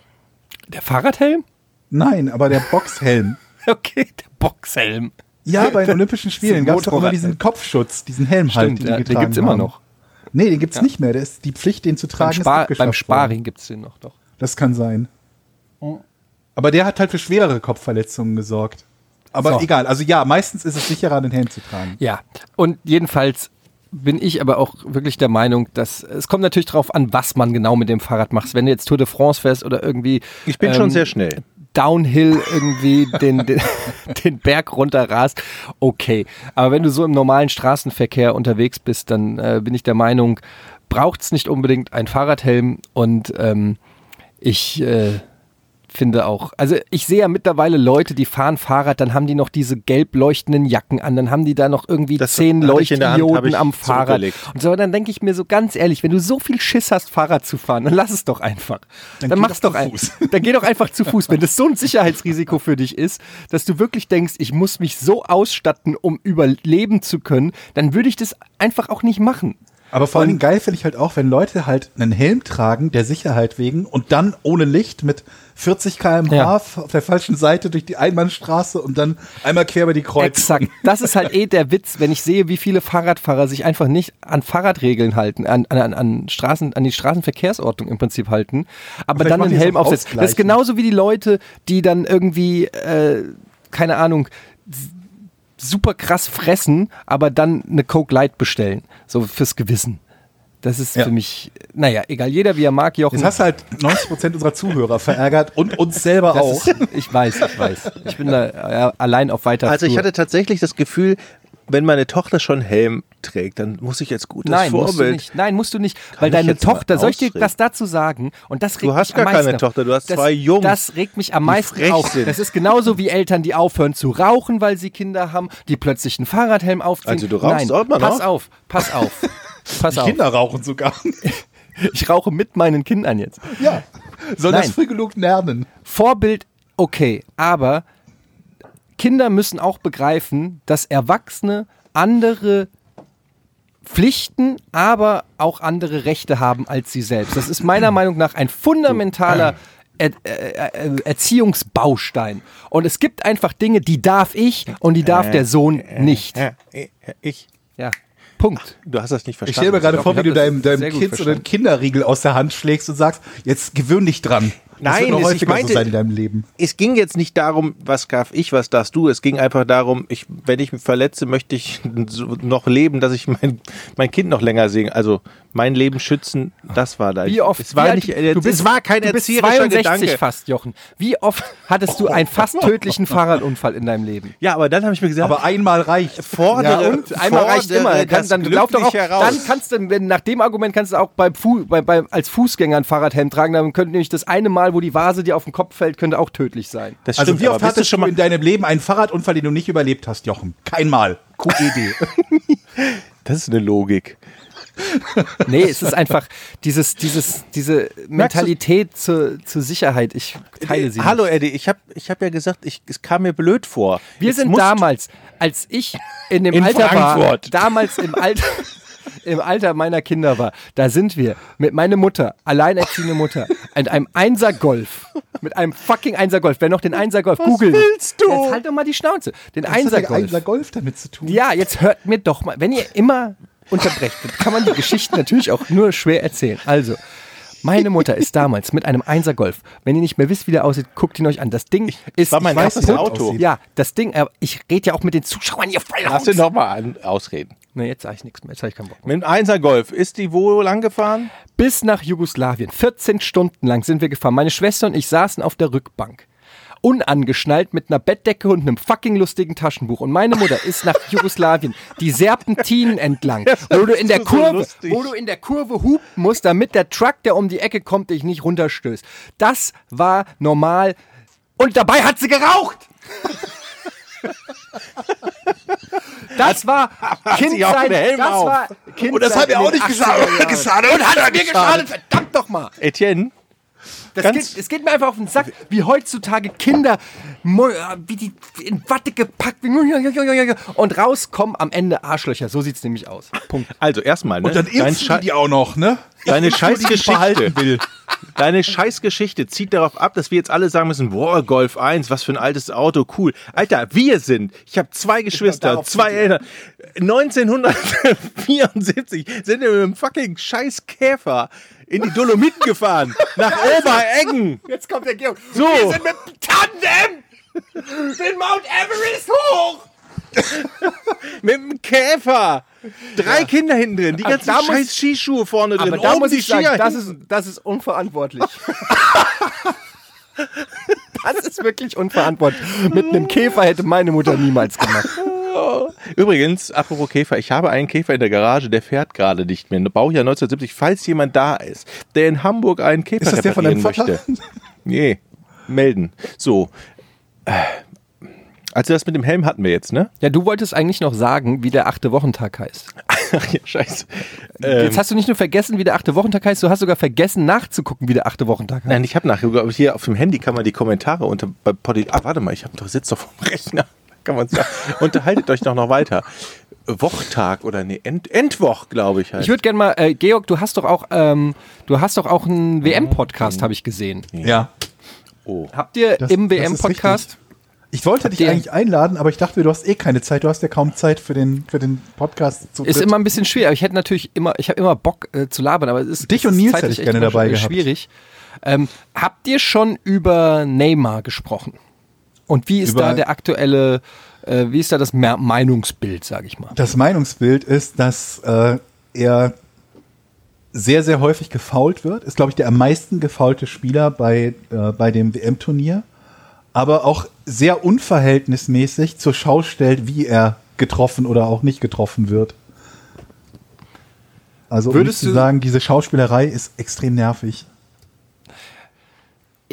Der Fahrradhelm? Nein, aber der Boxhelm. Okay, der Boxhelm. Ja, bei den Olympischen Spielen Zum gab es doch immer Motorrad. diesen Kopfschutz, diesen Helm halt, Stimmt, ja, den gibt's immer haben. noch. Nee, den gibt's nicht mehr. Der ist die Pflicht, den zu Beim, tragen, ist Spar abgeschafft beim worden. Sparring gibt's den noch. Doch. Das kann sein. Oh. Aber der hat halt für schwerere Kopfverletzungen gesorgt. Aber So. egal, also ja, meistens ist es sicherer, den Helm zu tragen. Ja, und jedenfalls bin ich aber auch wirklich der Meinung, dass es kommt natürlich drauf an, was man genau mit dem Fahrrad macht. Wenn du jetzt Tour de France fährst oder irgendwie Ähm, Ich bin schon sehr schnell. Downhill irgendwie den, den, den Berg runterrast, okay. Aber wenn du so im normalen Straßenverkehr unterwegs bist, dann äh, bin ich der Meinung, braucht es nicht unbedingt einen Fahrradhelm und ähm, ich äh, finde auch, also ich sehe ja mittlerweile Leute, die fahren Fahrrad, dann haben die noch diese gelb leuchtenden Jacken an, dann haben die da noch irgendwie Das zehn hatte ich in der Hand, habe Leuchtdioden ich am Fahrrad. zurückgelegt. Und so, dann denke ich mir so ganz ehrlich, wenn du so viel Schiss hast, Fahrrad zu fahren, dann lass es doch einfach. Dann, geh mach's doch doch, zu ein- Fuß. Dann geh doch einfach zu Fuß. Wenn das so ein Sicherheitsrisiko für dich ist, dass du wirklich denkst, ich muss mich so ausstatten, um überleben zu können, dann würde ich das einfach auch nicht machen. Aber vor allen Dingen geil finde ich halt auch, wenn Leute halt einen Helm tragen, der Sicherheit wegen, und dann ohne Licht mit 40 km/h Ja. auf der falschen Seite durch die Einbahnstraße und dann einmal quer über die Kreuzung. Exakt. Das ist halt eh der Witz, wenn ich sehe, wie viele Fahrradfahrer sich einfach nicht an Fahrradregeln halten, an, an, an- an Straßen, an die Straßenverkehrsordnung im Prinzip halten, aber vielleicht dann den machen die es Helm auch aufsetzen. Das ist ausgleichend. genauso wie die Leute, die dann irgendwie, äh, keine Ahnung, s- super krass fressen, aber dann eine Coke Light bestellen. So fürs Gewissen. Das ist Ja. für mich, naja, egal, jeder wie er mag, Jochen. Jetzt hast du halt 90% unserer Zuhörer verärgert und uns selber das auch. ist, ich weiß, ich weiß. Ich bin da äh, allein auf weiter Also ich Flur. hatte tatsächlich das Gefühl, wenn meine Tochter schon Helm trägt, dann muss ich als gutes Nein, musst du Vorbild. nicht. Nein, musst du nicht, weil ich deine jetzt mal Tochter, soll ich dir ausreden? das dazu sagen? Und das regt Du hast mich gar am meisten keine auf. Tochter, du hast das, zwei Jungs, Das regt mich am die meisten frech auf. sind. Das ist genauso wie Eltern, die aufhören zu rauchen, weil sie Kinder haben, die plötzlich einen Fahrradhelm aufziehen. Also du rauchst Nein, auch immer noch? pass auf, pass auf. Pass auf. Kinder rauchen sogar. Ich rauche mit meinen Kindern jetzt. ja. Soll Nein. das früh genug lernen? Vorbild okay, aber Kinder müssen auch begreifen, dass Erwachsene andere Pflichten, aber auch andere Rechte haben als sie selbst. Das ist meiner Meinung nach ein fundamentaler er, er, er, Erziehungsbaustein. Und es gibt einfach Dinge, die darf ich und die Äh, darf der Sohn nicht. Ja, Ich, Ja. Punkt. du hast das nicht verstanden. Ich stelle mir gerade vor, ich wie hab du das deinem, deinem sehr gut Kind so einen verstanden. Kinderriegel aus der Hand schlägst und sagst, jetzt gewöhn dich dran. das Nein, wird noch es- ich häufiger meinte- so sein in deinem Leben. es ging jetzt nicht darum, was darf ich, was darfst du. Es ging einfach darum, ich, wenn ich mich verletze, möchte ich so noch leben, dass ich mein, mein Kind noch länger sehen. Also mein Leben schützen, das war da. Wie oft? Es war, wie alt- nicht, äh, es war kein du bist erzieherischer 62 Gedanke. fast, Jochen. Wie oft hattest du einen fast tödlichen Fahrradunfall in deinem Leben? Ja, aber dann habe ich mir gesagt, Aber einmal reicht. fordere, Ja, und einmal reicht fordere immer. Dann, kann, das dann lauf doch auch, glücklich heraus. dann kannst du, wenn, nach dem Argument kannst du auch beim Fu bei, bei, als Fußgänger ein Fahrradhelm tragen. Dann könnte nämlich das eine Mal, wo die Vase dir auf den Kopf fällt, könnte auch tödlich sein. das Also stimmt, wie aber oft bist du hattest du schon mal in deinem Leben einen Fahrradunfall, den du nicht überlebt hast, Jochen? Keinmal. Gute Idee. Das ist eine Logik. Nee, es ist einfach dieses, dieses, diese Mentalität zur, zur Sicherheit. Ich teile sie. Äh, Hallo nicht. Eddie, ich habe ich hab ja gesagt, ich, es kam mir blöd vor. Wir Jetzt sind musst- damals, als ich in dem In Alter war, Frankfurt. damals im Alter, im Alter meiner Kinder war, da sind wir mit meiner Mutter, alleinerziehende Mutter, in einem Einser Golf, mit einem fucking Einser Golf. Wer noch den Einser Golf googelt. willst du? Jetzt halt doch mal die Schnauze. Den Was Einser hat der Golf. Einser Golf damit zu tun? Ja, jetzt hört mir doch mal, wenn ihr immer unterbrecht, wird, kann man die Geschichten natürlich auch nur schwer erzählen. Also, meine Mutter ist damals mit einem Einser Golf. Wenn ihr nicht mehr wisst, wie der aussieht, guckt ihn euch an. Das Ding ist war mein weiß erstes kaputt. Auto. Ja, das Ding, aber ich rede ja auch mit den Zuschauern hier voll Lass den nochmal ausreden. Ne, jetzt sage ich nichts mehr, jetzt habe ich keinen Bock. mehr. Mit dem 1er Golf, ist die wohl angefahren? Bis nach Jugoslawien. 14 Stunden lang sind wir gefahren. Meine Schwester und ich saßen auf der Rückbank. Unangeschnallt mit einer Bettdecke und einem fucking lustigen Taschenbuch. Und meine Mutter ist nach Jugoslawien die Serpentinen entlang, wo du in der so Kurve, lustig. wo du in der Kurve hupen musst, damit der Truck, der um die Ecke kommt, dich nicht runterstößt. Das war normal. Und dabei hat sie geraucht! Das war sie auch Kindsein. einen Helm Das auf? Oh, war Kindsein. Und das hat mir in auch den nicht geschadet. 80er Jahren. geschadet. Und hat mir geschadet, verdammt doch mal. Etienne? Das Ganz- geht, es geht mir einfach auf den Sack, wie heutzutage Kinder, mo- äh, wie die in Watte gepackt und rauskommen am Ende Arschlöcher. So sieht's nämlich aus. Punkt. Also erstmal, ne? Und dann Dein impfen Schei- die die auch noch, ne? Deine Ich will nicht, dass ich mich Scheißgeschichte. verhalten will. Deine Scheißgeschichte zieht darauf ab, dass wir jetzt alle sagen müssen, boah, Golf 1, was für ein altes Auto, cool. Alter, wir sind, ich habe zwei Geschwister, darauf zwei Eltern. 1974 sind wir mit einem fucking scheiß Käfer in die Dolomiten gefahren, nach Obereggen. Jetzt kommt der Georg. So. Wir sind mit Tandem den Mount Everest hoch. Mit dem Käfer. Drei Kinder hinten drin, die ganzen Also da muss- scheiß Skischuhe vorne drin. Aber da oben muss die ich sagen, Skier das hinten. ist, das ist unverantwortlich. Das ist wirklich unverantwortlich. Mit einem Käfer hätte meine Mutter niemals gemacht. Übrigens, apropos Käfer, ich habe einen Käfer in der Garage, der fährt gerade nicht mehr. Baujahr 1970, falls jemand da ist, der in Hamburg einen Käfer Ist das der von deinem reparieren Vater? möchte. Nee, melden. So. Äh, Also das mit dem Helm hatten wir jetzt, ne? Ja, du wolltest eigentlich noch sagen, wie der achte Wochentag heißt. Ach ja, scheiße. Äh, Ähm, Jetzt hast du nicht nur vergessen, wie der achte Wochentag heißt, du hast sogar vergessen nachzugucken, wie der achte Wochentag heißt. Nein, ich habe nachher, aber hier auf dem Handy kann man die Kommentare unter bei Podi. Ah, warte mal, ich habe doch sitzt doch vom Rechner. Kann man sagen. Unterhaltet euch doch noch weiter. Wochtag oder nee, End, Endwoch, glaube ich halt. Ich würde gerne mal, äh, Georg, du hast doch auch, ähm, du hast doch auch einen WM-Podcast, habe ich gesehen. Ja. oh. Habt ihr Das- im das ist WM-Podcast? Ich wollte dich ihr- eigentlich einladen, aber ich dachte, du hast eh keine Zeit. Du hast ja kaum Zeit für den, für den Podcast zu Ist dritt. immer ein bisschen schwierig. Aber ich hätte natürlich immer, ich habe immer Bock äh, zu labern, aber es ist Dich es und ist Nils zeitlich hätte ich echt gerne immer dabei schw- gehabt. Schwierig. Ähm, habt ihr schon über Neymar gesprochen? Und wie ist Über- da der aktuelle, äh, wie ist da das Mer- Meinungsbild, sage ich mal? Das Meinungsbild ist, dass äh, er sehr, sehr häufig gefault wird. Ist, glaube ich, der am meisten gefaulte Spieler bei, äh, bei dem WM-Turnier. Aber auch sehr unverhältnismäßig zur Schau stellt, wie er getroffen oder auch nicht getroffen wird. Also, um Würdest nicht zu du- sagen, diese Schauspielerei ist extrem nervig.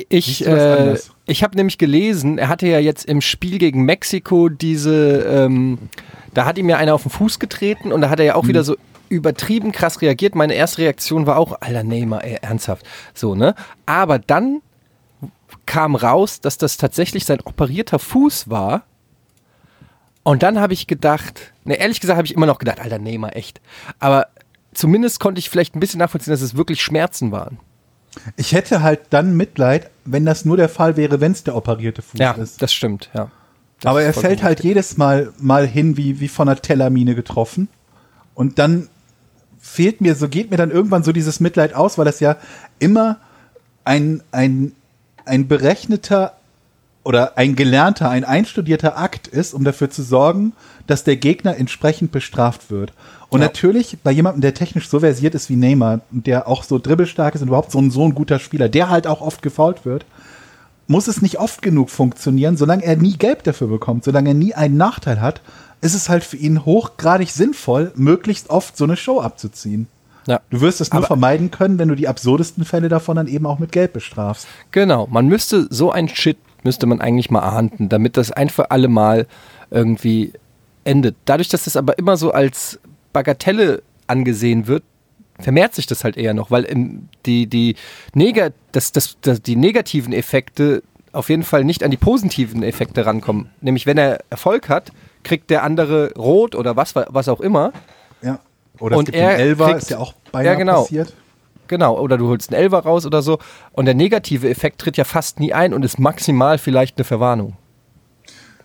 Ich, du das äh, anders? ich habe nämlich gelesen, er hatte ja jetzt im Spiel gegen Mexiko diese, ähm, da hat ihm ja einer auf den Fuß getreten und da hat er ja Mhm. auch wieder so übertrieben krass reagiert. Meine erste Reaktion war auch, alter Neymar, ey, ernsthaft. So, ne? Aber dann kam raus, dass das tatsächlich sein operierter Fuß war. Und dann habe ich gedacht, ne, ehrlich gesagt habe ich immer noch gedacht, alter Neymar, echt. Aber zumindest konnte ich vielleicht ein bisschen nachvollziehen, dass es wirklich Schmerzen waren. Ich hätte halt dann Mitleid, wenn das nur der Fall wäre, wenn es der operierte Fuß Ja, ist. das stimmt, ja. Das Aber ist er vollkommen fällt halt jedes Mal mal hin, wie, wie von einer Tellermine getroffen. Und dann fehlt mir, so geht mir dann irgendwann so dieses Mitleid aus, weil das ja immer ein, ein, ein berechneter oder ein gelernter, ein einstudierter Akt ist, um dafür zu sorgen, dass der Gegner entsprechend bestraft wird. Und Ja. natürlich bei jemandem, der technisch so versiert ist wie Neymar, und der auch so dribbelstark ist und überhaupt so ein, so ein guter Spieler, der halt auch oft gefault wird, muss es nicht oft genug funktionieren, solange er nie Gelb dafür bekommt, solange er nie einen Nachteil hat, ist es halt für ihn hochgradig sinnvoll, möglichst oft so eine Show abzuziehen. Ja. Du wirst es nur Aber- vermeiden können, wenn du die absurdesten Fälle davon dann eben auch mit Gelb bestrafst. Genau, man müsste so ein Shit müsste man eigentlich mal ahnden, damit das ein für alle Mal irgendwie endet. Dadurch, dass das aber immer so als Bagatelle angesehen wird, vermehrt sich das halt eher noch, weil im, die, die, Nega, das, das, das, die negativen Effekte auf jeden Fall nicht an die positiven Effekte rankommen. Nämlich, wenn er Erfolg hat, kriegt der andere rot oder was, was auch immer. Ja. Oder Und es gibt er den Elfer, kriegt- ist ja auch beinahe Ja, genau. passiert. Genau, oder du holst einen Elfer raus oder so. Und der negative Effekt tritt ja fast nie ein und ist maximal vielleicht eine Verwarnung.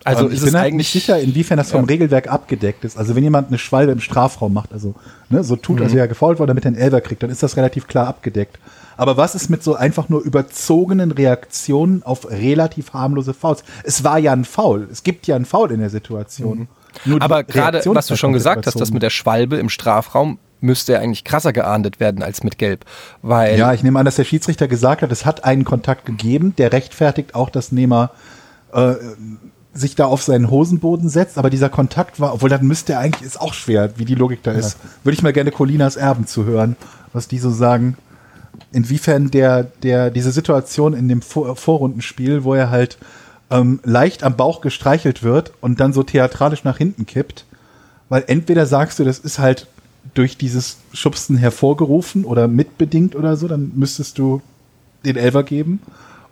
Also Ähm, ich ist bin es halt eigentlich nicht sicher, inwiefern das vom Regelwerk abgedeckt ist. Also wenn jemand eine Schwalbe im Strafraum macht, also ne, so tut, Mhm. als wäre er gefault worden, damit er einen Elfer kriegt, dann ist das relativ klar abgedeckt. Aber was ist mit so einfach nur überzogenen Reaktionen auf relativ harmlose Fouls? Es war ja ein Foul. Es gibt ja ein Foul in der Situation. Nur die Mhm. Aber gerade, Reaktion was ist du halt schon komplett gesagt hast, das überzogen. mit der Schwalbe im Strafraum müsste ja eigentlich krasser geahndet werden als mit Gelb. Weil Ja, ich nehme an, dass der Schiedsrichter gesagt hat, es hat einen Kontakt gegeben, der rechtfertigt auch, dass Nehmer äh, sich da auf seinen Hosenboden setzt, aber dieser Kontakt war, obwohl dann müsste er eigentlich, ist auch schwer, wie die Logik da ist. Würde ich mal gerne Colinas Erben zu hören, was die so sagen. Inwiefern der, der, diese Situation in dem Vor Vorrundenspiel, wo er halt ähm, leicht am Bauch gestreichelt wird und dann so theatralisch nach hinten kippt, weil entweder sagst du, das ist halt durch dieses Schubsen hervorgerufen oder mitbedingt oder so, dann müsstest du den Elfer geben.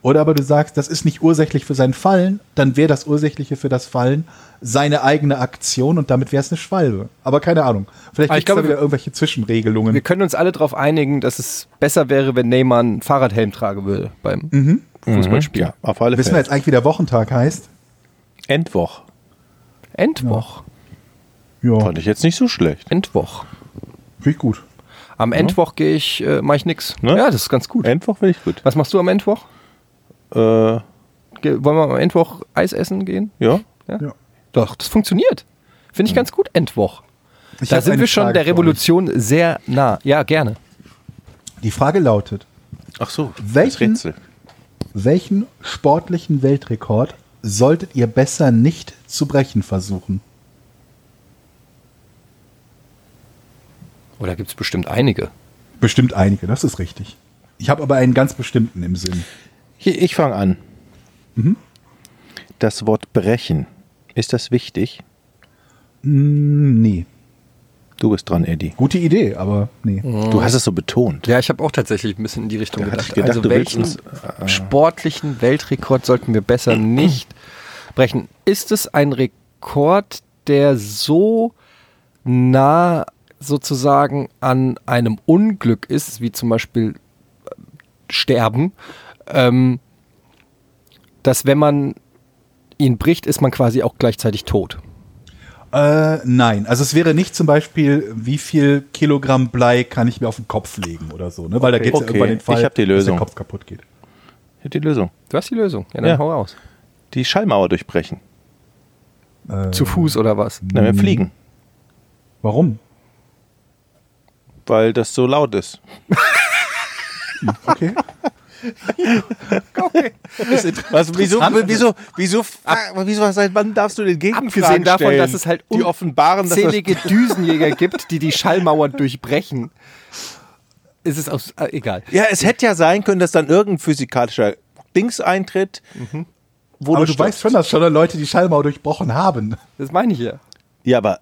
Oder aber du sagst, das ist nicht ursächlich für sein Fallen, dann wäre das Ursächliche für das Fallen seine eigene Aktion und damit wäre es eine Schwalbe. Aber keine Ahnung. Vielleicht Aber Ah, gibt ich es da glaube, wieder irgendwelche Zwischenregelungen. wir können uns alle darauf einigen, dass es besser wäre, wenn Neymar einen Fahrradhelm tragen würde beim Mhm. Fußballspiel. Ja, auf alle Wissen wir Fälle. jetzt eigentlich, wie der Wochentag heißt? Endwoch. Endwoch. Ja, Fand finde ich jetzt nicht so schlecht. Endwoch. ich gut. Am Endwoch gehe ich, äh, mache ich nix. Ne? Ja, das ist ganz Äh. gut. Endwoch finde ich gut. Was machst du am Endwoch? Äh, Ge wollen wir am Endwoch Eis essen gehen? ja. Ja. Doch, das funktioniert. Finde ich ganz gut, Endwoch. Hm. Ich da hab sind eine wir schon Frage der für euch. Revolution sehr nah. Ja, gerne. Die Frage lautet, Ach so, das Welchen- Rätsel. Welchen sportlichen Weltrekord solltet ihr besser nicht zu brechen versuchen? Oder gibt es bestimmt einige? Bestimmt einige, das ist richtig. Ich habe aber einen ganz bestimmten im Sinn. Hier, ich fange an. Mhm. Das Wort brechen. Ist das wichtig? Hm, Nee. Du bist dran, Eddie. Gute Idee, aber nee. Du hast es so betont. Ja, ich habe auch tatsächlich ein bisschen in die Richtung Da hatte gedacht. ich gedacht, Also du willst welchen sportlichen Weltrekord sollten wir besser nicht brechen? Ist es ein Rekord, der so nah sozusagen an einem Unglück ist, wie zum Beispiel äh, Sterben, ähm, dass wenn man ihn bricht, ist man quasi auch gleichzeitig tot? Äh, nein, also es wäre nicht zum Beispiel, wie viel Kilogramm Blei kann ich mir auf den Kopf legen oder so, ne? weil da Okay. geht es ja Okay, über den Fall, ich hab die Lösung. dass der Kopf kaputt geht. Ich hab die Lösung. Du hast die Lösung. Ja, dann Ja. hau raus. Die Schallmauer durchbrechen. Äh, Zu Fuß oder was? Na, wir fliegen, Warum? weil das so laut ist. Okay. Was, wieso, wieso, wieso, wieso, seit wann darfst du den Gegenfragen Abgesehen davon, stellen? dass es halt die offenbaren, dass das, unzählige Düsenjäger gibt, die die Schallmauer durchbrechen. Ist es aus, äh, egal. ja, es hätte ja sein können, dass dann irgendein physikalischer Dings eintritt, Mhm. wo Aber du, du stirbst. weißt schon, dass schon Leute die Schallmauer durchbrochen haben. Das meine ich ja. Ja, aber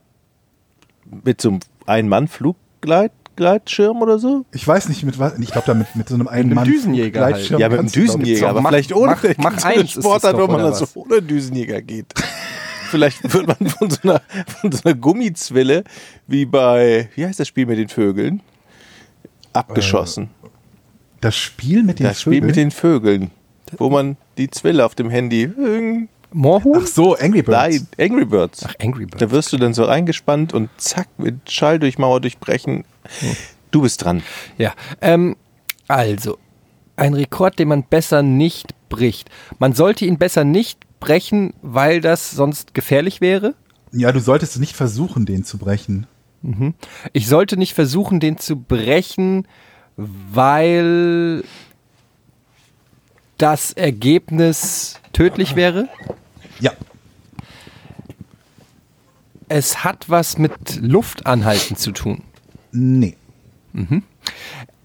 mit so einem Ein-Mann-Fluggleitschirm oder so? Ich weiß nicht mit was. Ich glaube damit mit so einem einen Mann Düsenjäger halt. Ja, mit einem Düsenjäger, aber Mach- vielleicht ohne mach- mach so eine eins ist es Sportart, doch, wo man oder das was? ohne Düsenjäger geht. vielleicht wird man von so, einer, von so einer Gummizwille wie bei, wie heißt das Spiel mit den Vögeln? Abgeschossen. Äh, Das Spiel mit den das Spiel mit den Vögeln, wo man die Zwille auf dem Handy. Ing- Moorhuhn? Ach so, Angry Nein, Birds. Angry Birds. Angry Bird. Da wirst du dann so reingespannt und zack, mit Schall durch Mauer durchbrechen. Hm. Du bist dran. Ja. Ähm, also, ein Rekord, den man besser nicht bricht. Man sollte ihn besser nicht brechen, weil das sonst gefährlich wäre. Ja, du solltest nicht versuchen, den zu brechen. Ich sollte nicht versuchen, den zu brechen, weil das Ergebnis tödlich wäre. Ja. Es hat was mit Luft anhalten zu tun. Nee.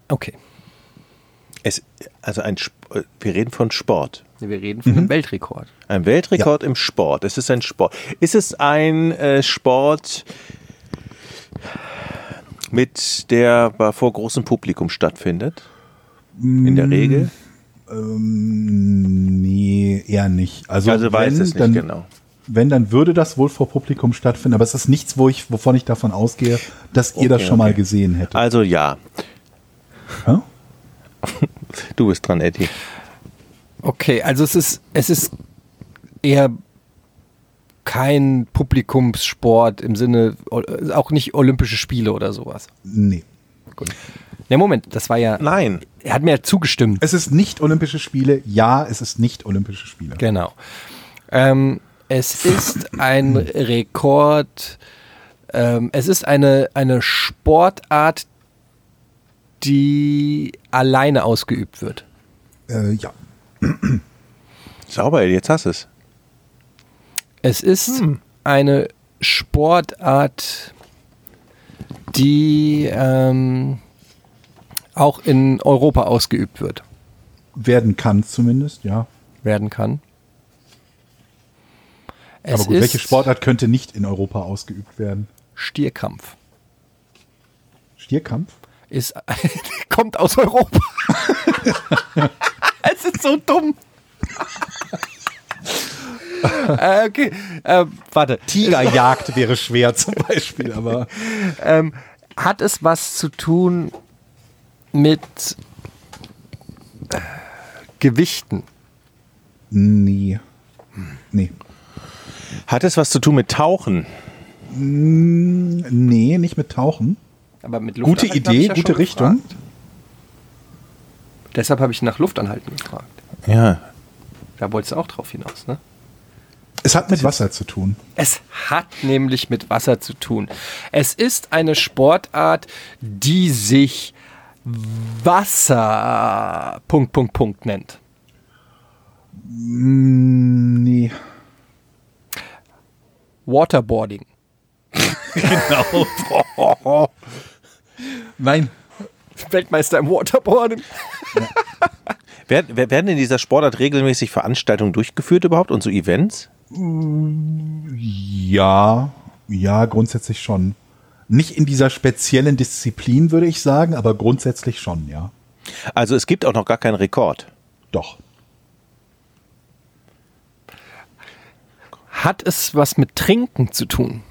Okay. Es, also ein, Sp- äh, wir reden von Sport. Wir reden von einem Weltrekord. Ein Weltrekord im Sport. Es ist ein Sport. Ist es ein äh, Sport, mit der bei- vor großem Publikum stattfindet? In der Regel? Ähm, nee, eher nicht. Also, Also weiß wenn, es nicht dann, genau. Wenn, dann würde das wohl vor Publikum stattfinden, aber es ist nichts, wo ich, wovon ich davon ausgehe, dass ihr das Okay, schon mal okay. gesehen hättet. Also ja, Hä? du bist dran, Eddie. Okay, also es ist, es ist eher kein Publikumssport im Sinne, äh, auch nicht Olympische Spiele oder sowas. Nee. Ne, Moment, das war ja. Nein. Er hat mir ja zugestimmt. Es ist nicht Olympische Spiele. Ja, es ist nicht Olympische Spiele. Genau. Ähm, es ist ein Rekord. Ähm, es ist eine, eine Sportart, die alleine ausgeübt wird. Äh, ja. Sauber, Eddie, jetzt hast du es. Es ist Hm. eine Sportart, die ähm, auch in Europa ausgeübt wird, Werden kann zumindest, ja. werden kann. Es aber gut, ist welche Sportart könnte nicht in Europa ausgeübt werden? Stierkampf. Stierkampf? ist, kommt aus Europa. es ist so dumm. äh, okay, ähm, warte. Tigerjagd wäre schwer zum Beispiel, aber Ähm, hat es was zu tun mit äh, Gewichten? nee. Nee. Hat es was zu tun mit Tauchen? Nee, nicht mit Tauchen. Aber mit Gute Luftanhalten hab ich Idee, ja gute schon Richtung. Gefragt. Deshalb habe ich nach Luftanhalten gefragt. Ja. Da wolltest du auch drauf hinaus, ne? Es hat mit Wasser zu tun. Es hat nämlich mit Wasser zu tun. Es ist eine Sportart, die sich Wasser Punkt Punkt Punkt nennt. Mm, Nee. Waterboarding. Nein. Weltmeister im Waterboarding. Wer- wer- Werden in dieser Sportart regelmäßig Veranstaltungen durchgeführt überhaupt und so Events? Ja, ja, grundsätzlich schon. Nicht in dieser speziellen Disziplin, würde ich sagen, aber grundsätzlich schon, ja. Also es gibt auch noch gar keinen Rekord. Doch. Hat es was mit Trinken zu tun?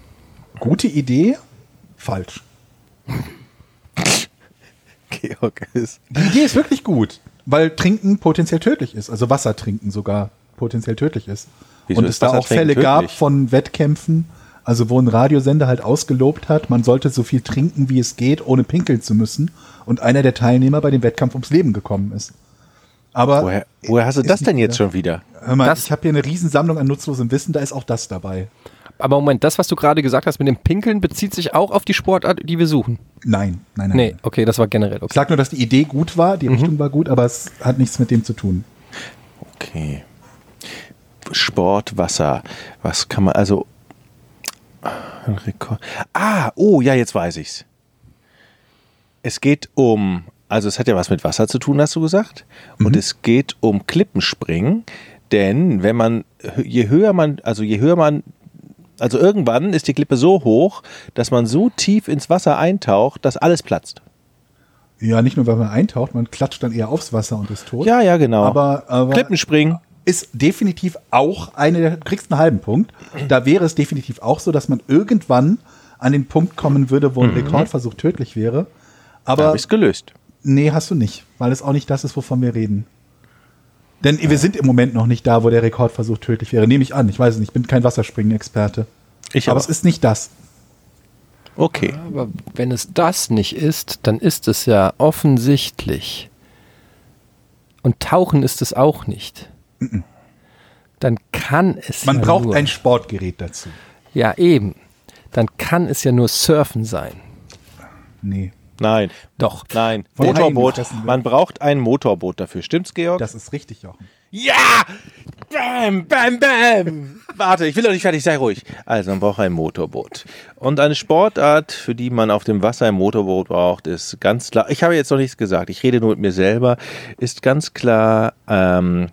Gute Idee? Falsch. Georg ist. Die Idee ist wirklich gut, weil Trinken potenziell tödlich ist. Also Wasser trinken sogar potenziell tödlich ist. Wieso Und ist es da Wasser auch Fälle trinken gab tödlich? von Wettkämpfen, also wo ein Radiosender halt ausgelobt hat, man sollte so viel trinken, wie es geht, ohne pinkeln zu müssen. Und einer der Teilnehmer bei dem Wettkampf ums Leben gekommen ist. Aber Woher, woher hast du Ist das nicht denn jetzt klar. schon wieder? Hör mal, Das- ich habe hier eine Riesensammlung an nutzlosem Wissen, da ist auch das dabei. Aber Moment, das, was du gerade gesagt hast mit dem Pinkeln, bezieht sich auch auf die Sportart, die wir suchen. Nein, nein, nein. Nee, Mhm. nein. okay, das war generell. Ich Okay. sag nur, dass die Idee gut war, die Richtung war gut, aber es hat nichts mit dem zu tun. Okay. Sportwasser. Was kann man also ein Rekord. Ah, oh, ja, jetzt weiß ich's. Es geht um, also es hat ja was mit Wasser zu tun, hast du gesagt. Und Mhm. es geht um Klippenspringen, denn wenn man je höher man, also je höher man also irgendwann ist die Klippe so hoch, dass man so tief ins Wasser eintaucht, dass alles platzt. Ja, nicht nur, weil man eintaucht, man klatscht dann eher aufs Wasser und ist tot. Ja, ja, genau. Aber, aber Klippenspringen. ist definitiv auch eine, der- du kriegst einen halben Punkt. Da wäre es definitiv auch so, dass man irgendwann an den Punkt kommen würde, wo ein Rekordversuch tödlich wäre. Da Aber habe Mhm. ich's gelöst. Nee, hast du nicht, weil es auch nicht das ist, wovon wir reden. Denn wir sind im Moment noch nicht da, wo der Rekordversuch tödlich wäre. Nehme ich an. Ich weiß es nicht. Ich bin kein Wasserspringen-Experte. Ich Aber aber. es ist nicht das. Okay. Aber wenn es das nicht ist, dann ist es ja offensichtlich. Und Tauchen ist es auch nicht. Dann kann es Man ja braucht nur, ein Sportgerät dazu. Ja, eben. Dann kann es ja nur Surfen sein. Nee. Nein. Doch. Nein. Von Motorboot. Haien gefressen wird. Man braucht ein Motorboot dafür. Stimmt's, Georg? Das ist richtig, Jochen. ja! Bam, bam, bam! Warte, ich will doch nicht fertig, sei ruhig. Also, man braucht ein Motorboot. Und eine Sportart, für die man auf dem Wasser ein Motorboot braucht, ist ganz klar. Ich habe jetzt noch nichts gesagt. Ich rede nur mit mir selber. Ist ganz klar ähm,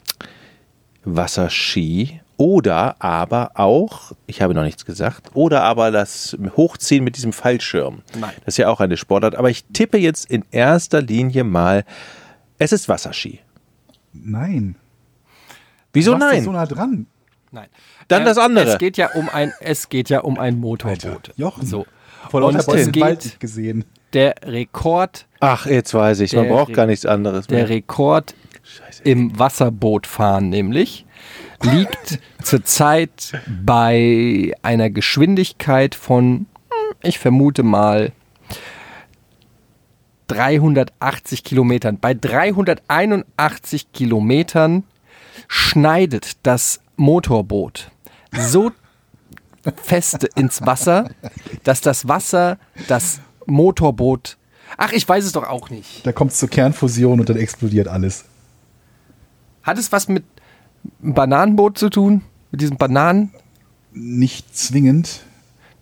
Wasserski. Oder aber auch, ich habe noch nichts gesagt, oder aber das Hochziehen mit diesem Fallschirm. Nein. Das ist ja auch eine Sportart. Aber ich tippe jetzt in erster Linie mal, es ist Wasserski. Nein. Wieso Du warst doch nein? so nah dran. Nein. Äh, Dann das andere. Es geht ja um ein, es geht ja um ein Motorboot. Jochen. So. Vor Und lauter Bäumen es den Wald geht nicht gesehen. der Rekord, Ach, jetzt weiß ich. Man Der braucht Re- gar nichts anderes der mehr. Rekord im Wasserbootfahren nämlich liegt zurzeit bei einer Geschwindigkeit von, hm, ich vermute mal, 380 Kilometern. Bei 381 Kilometern schneidet das Motorboot so fest ins Wasser, dass das Wasser das Motorboot. Ach, ich weiß es doch auch nicht. Da kommt es zur Kernfusion und dann explodiert alles. Hat es was mit einem Bananenboot zu tun? Mit diesen Bananen? Nicht zwingend.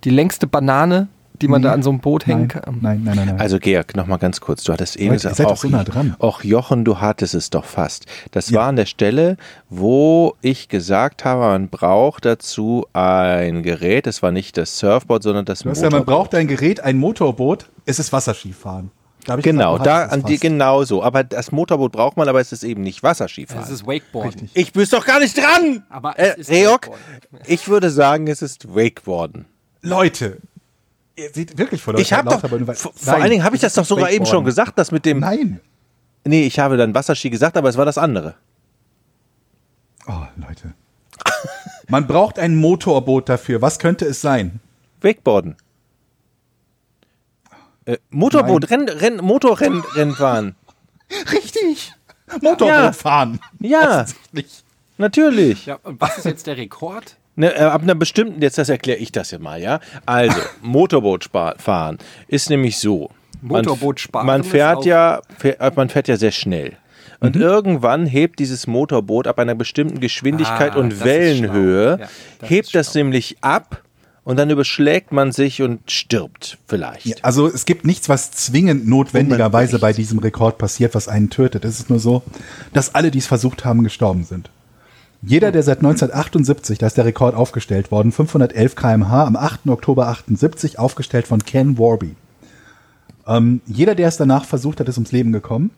Die längste Banane, die man Nee. da an so einem Boot hängen Mhm. Nein, kann? nein, nein, nein. nein. Also Georg, nochmal ganz kurz. Du hattest eben Leute, ihr gesagt, seid doch och, so nah dran. Och Jochen, du hattest es doch fast. Das Ja. war an der Stelle, wo ich gesagt habe, man braucht dazu ein Gerät. Das war nicht das Surfboard, sondern das du hast ja, man Motorboot. braucht ein Gerät, ein Motorboot. Es ist Wasserskifahren. Da hab ich Genau, gesagt, du da hattest es an die, fast. genau so. Aber das Motorboot braucht man, aber es ist eben nicht Wasserskifahren. Das ist Wakeboard. Richtig. ich bist doch gar nicht dran! Äh, Aber es ist Georg, Wakeboarden. ich würde sagen, es ist Wakeboarden. Leute, ihr seht wirklich vor Ich habe doch, lauter Bäume- vor, vor Nein, allen Dingen habe ich es das doch ist sogar eben schon Wakeboarden. gesagt, das mit dem, Nein. Nee, ich habe dann Wasserski gesagt, aber es war das andere. Oh, Leute. Man braucht ein Motorboot dafür. Was könnte es sein? Wakeboarden. Äh, Motorboot, Renn, Renn, Motorrennfahren. Richtig. Motorboot Ja. fahren. Ja, Offensichtlich. natürlich. Ja, und was ist jetzt der Rekord? Ne, äh, ab einer bestimmten, jetzt das erkläre ich das ja mal, ja. Also, Motorboot spa- fahren ist nämlich so. Man f- Motorboot sparen Man ist fährt auch- Mhm. ja, fähr- äh, man fährt ja sehr schnell. Und irgendwann hebt dieses Motorboot ab einer bestimmten Geschwindigkeit Ah, das und ist Wellenhöhe, schlau. Ja, das hebt ist das nämlich ab und dann überschlägt man sich und stirbt vielleicht. Ja, also es gibt nichts, was zwingend notwendigerweise bei diesem Rekord passiert, was einen tötet. Es ist nur so, dass alle, die es versucht haben, gestorben sind. Jeder, der seit 1978, da ist der Rekord aufgestellt worden, 511 km/h am 8. Oktober 78, aufgestellt von Ken Warby. Ähm, jeder, der es danach versucht hat, ist ums Leben gekommen.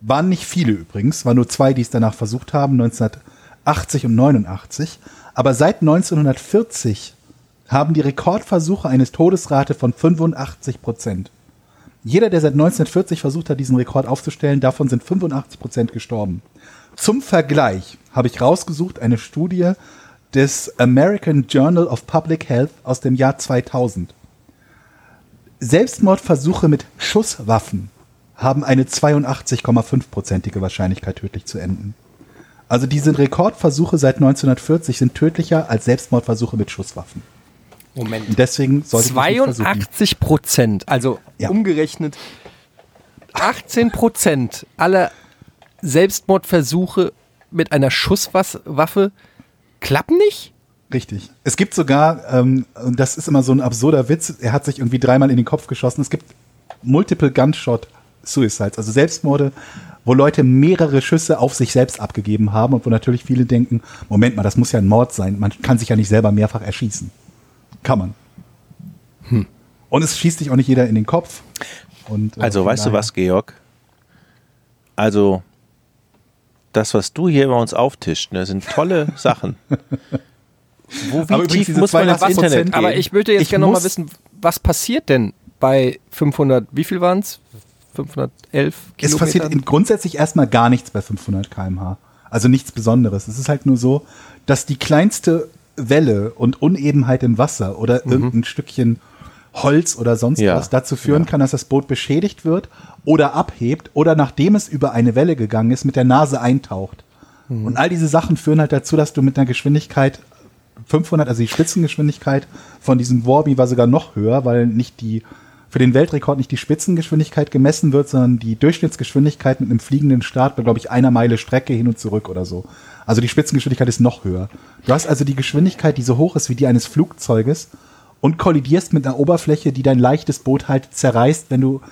Waren nicht viele übrigens, waren nur zwei, die es danach versucht haben, 1980 und 89. Aber seit 1940 haben die Rekordversuche eine Todesrate von 85 Prozent. Jeder, der seit 1940 versucht hat, diesen Rekord aufzustellen, davon sind 85 Prozent gestorben. Zum Vergleich habe ich rausgesucht eine Studie des American Journal of Public Health aus dem Jahr 2000. Selbstmordversuche mit Schusswaffen haben eine 82,5-prozentige Wahrscheinlichkeit, tödlich zu enden. Also diese Rekordversuche seit 1940 sind tödlicher als Selbstmordversuche mit Schusswaffen. Moment. Und deswegen sollte ich das nicht versuchen. 82 Prozent, also Ja. umgerechnet 18 Prozent aller Selbstmordversuche mit einer Schusswaffe klappen nicht? Richtig. Es gibt sogar, ähm, und das ist immer so ein absurder Witz, er hat sich irgendwie dreimal in den Kopf geschossen. Es gibt Multiple Gunshot Suicides, also Selbstmorde, wo Leute mehrere Schüsse auf sich selbst abgegeben haben und wo natürlich viele denken, Moment mal, das muss ja ein Mord sein. Man kann sich ja nicht selber mehrfach erschießen. Kann man. Hm. Und es schießt sich auch nicht jeder in den Kopf. Und, äh, Also von weißt du daher- was, Georg? Also das, was du hier bei uns auftischt, ne, sind tolle Sachen. Wo, wie Aber übrigens tief diese muss man ins 82% Internet gehen? gehen. Aber ich würde jetzt Ich gerne nochmal muss- wissen, was passiert denn bei 500, wie viel waren es? 511 Es Kilometern? passiert in grundsätzlich erstmal gar nichts bei 500 km/h. Also nichts Besonderes. Es ist halt nur so, dass die kleinste Welle und Unebenheit im Wasser oder irgendein Stückchen Holz oder sonst Mhm. Ja. was dazu führen kann, dass das Boot beschädigt wird oder abhebt oder nachdem es über eine Welle gegangen ist, mit der Nase eintaucht. Mhm. Und all diese Sachen führen halt dazu, dass du mit einer Geschwindigkeit 500, also die Spitzengeschwindigkeit von diesem Warby war sogar noch höher, weil nicht die für den Weltrekord nicht die Spitzengeschwindigkeit gemessen wird, sondern die Durchschnittsgeschwindigkeit mit einem fliegenden Start bei, glaube ich, einer Meile Strecke hin und zurück oder so. Also die Spitzengeschwindigkeit ist noch höher. Du hast also die Geschwindigkeit, die so hoch ist wie die eines Flugzeuges und kollidierst mit einer Oberfläche, die dein leichtes Boot halt zerreißt, wenn du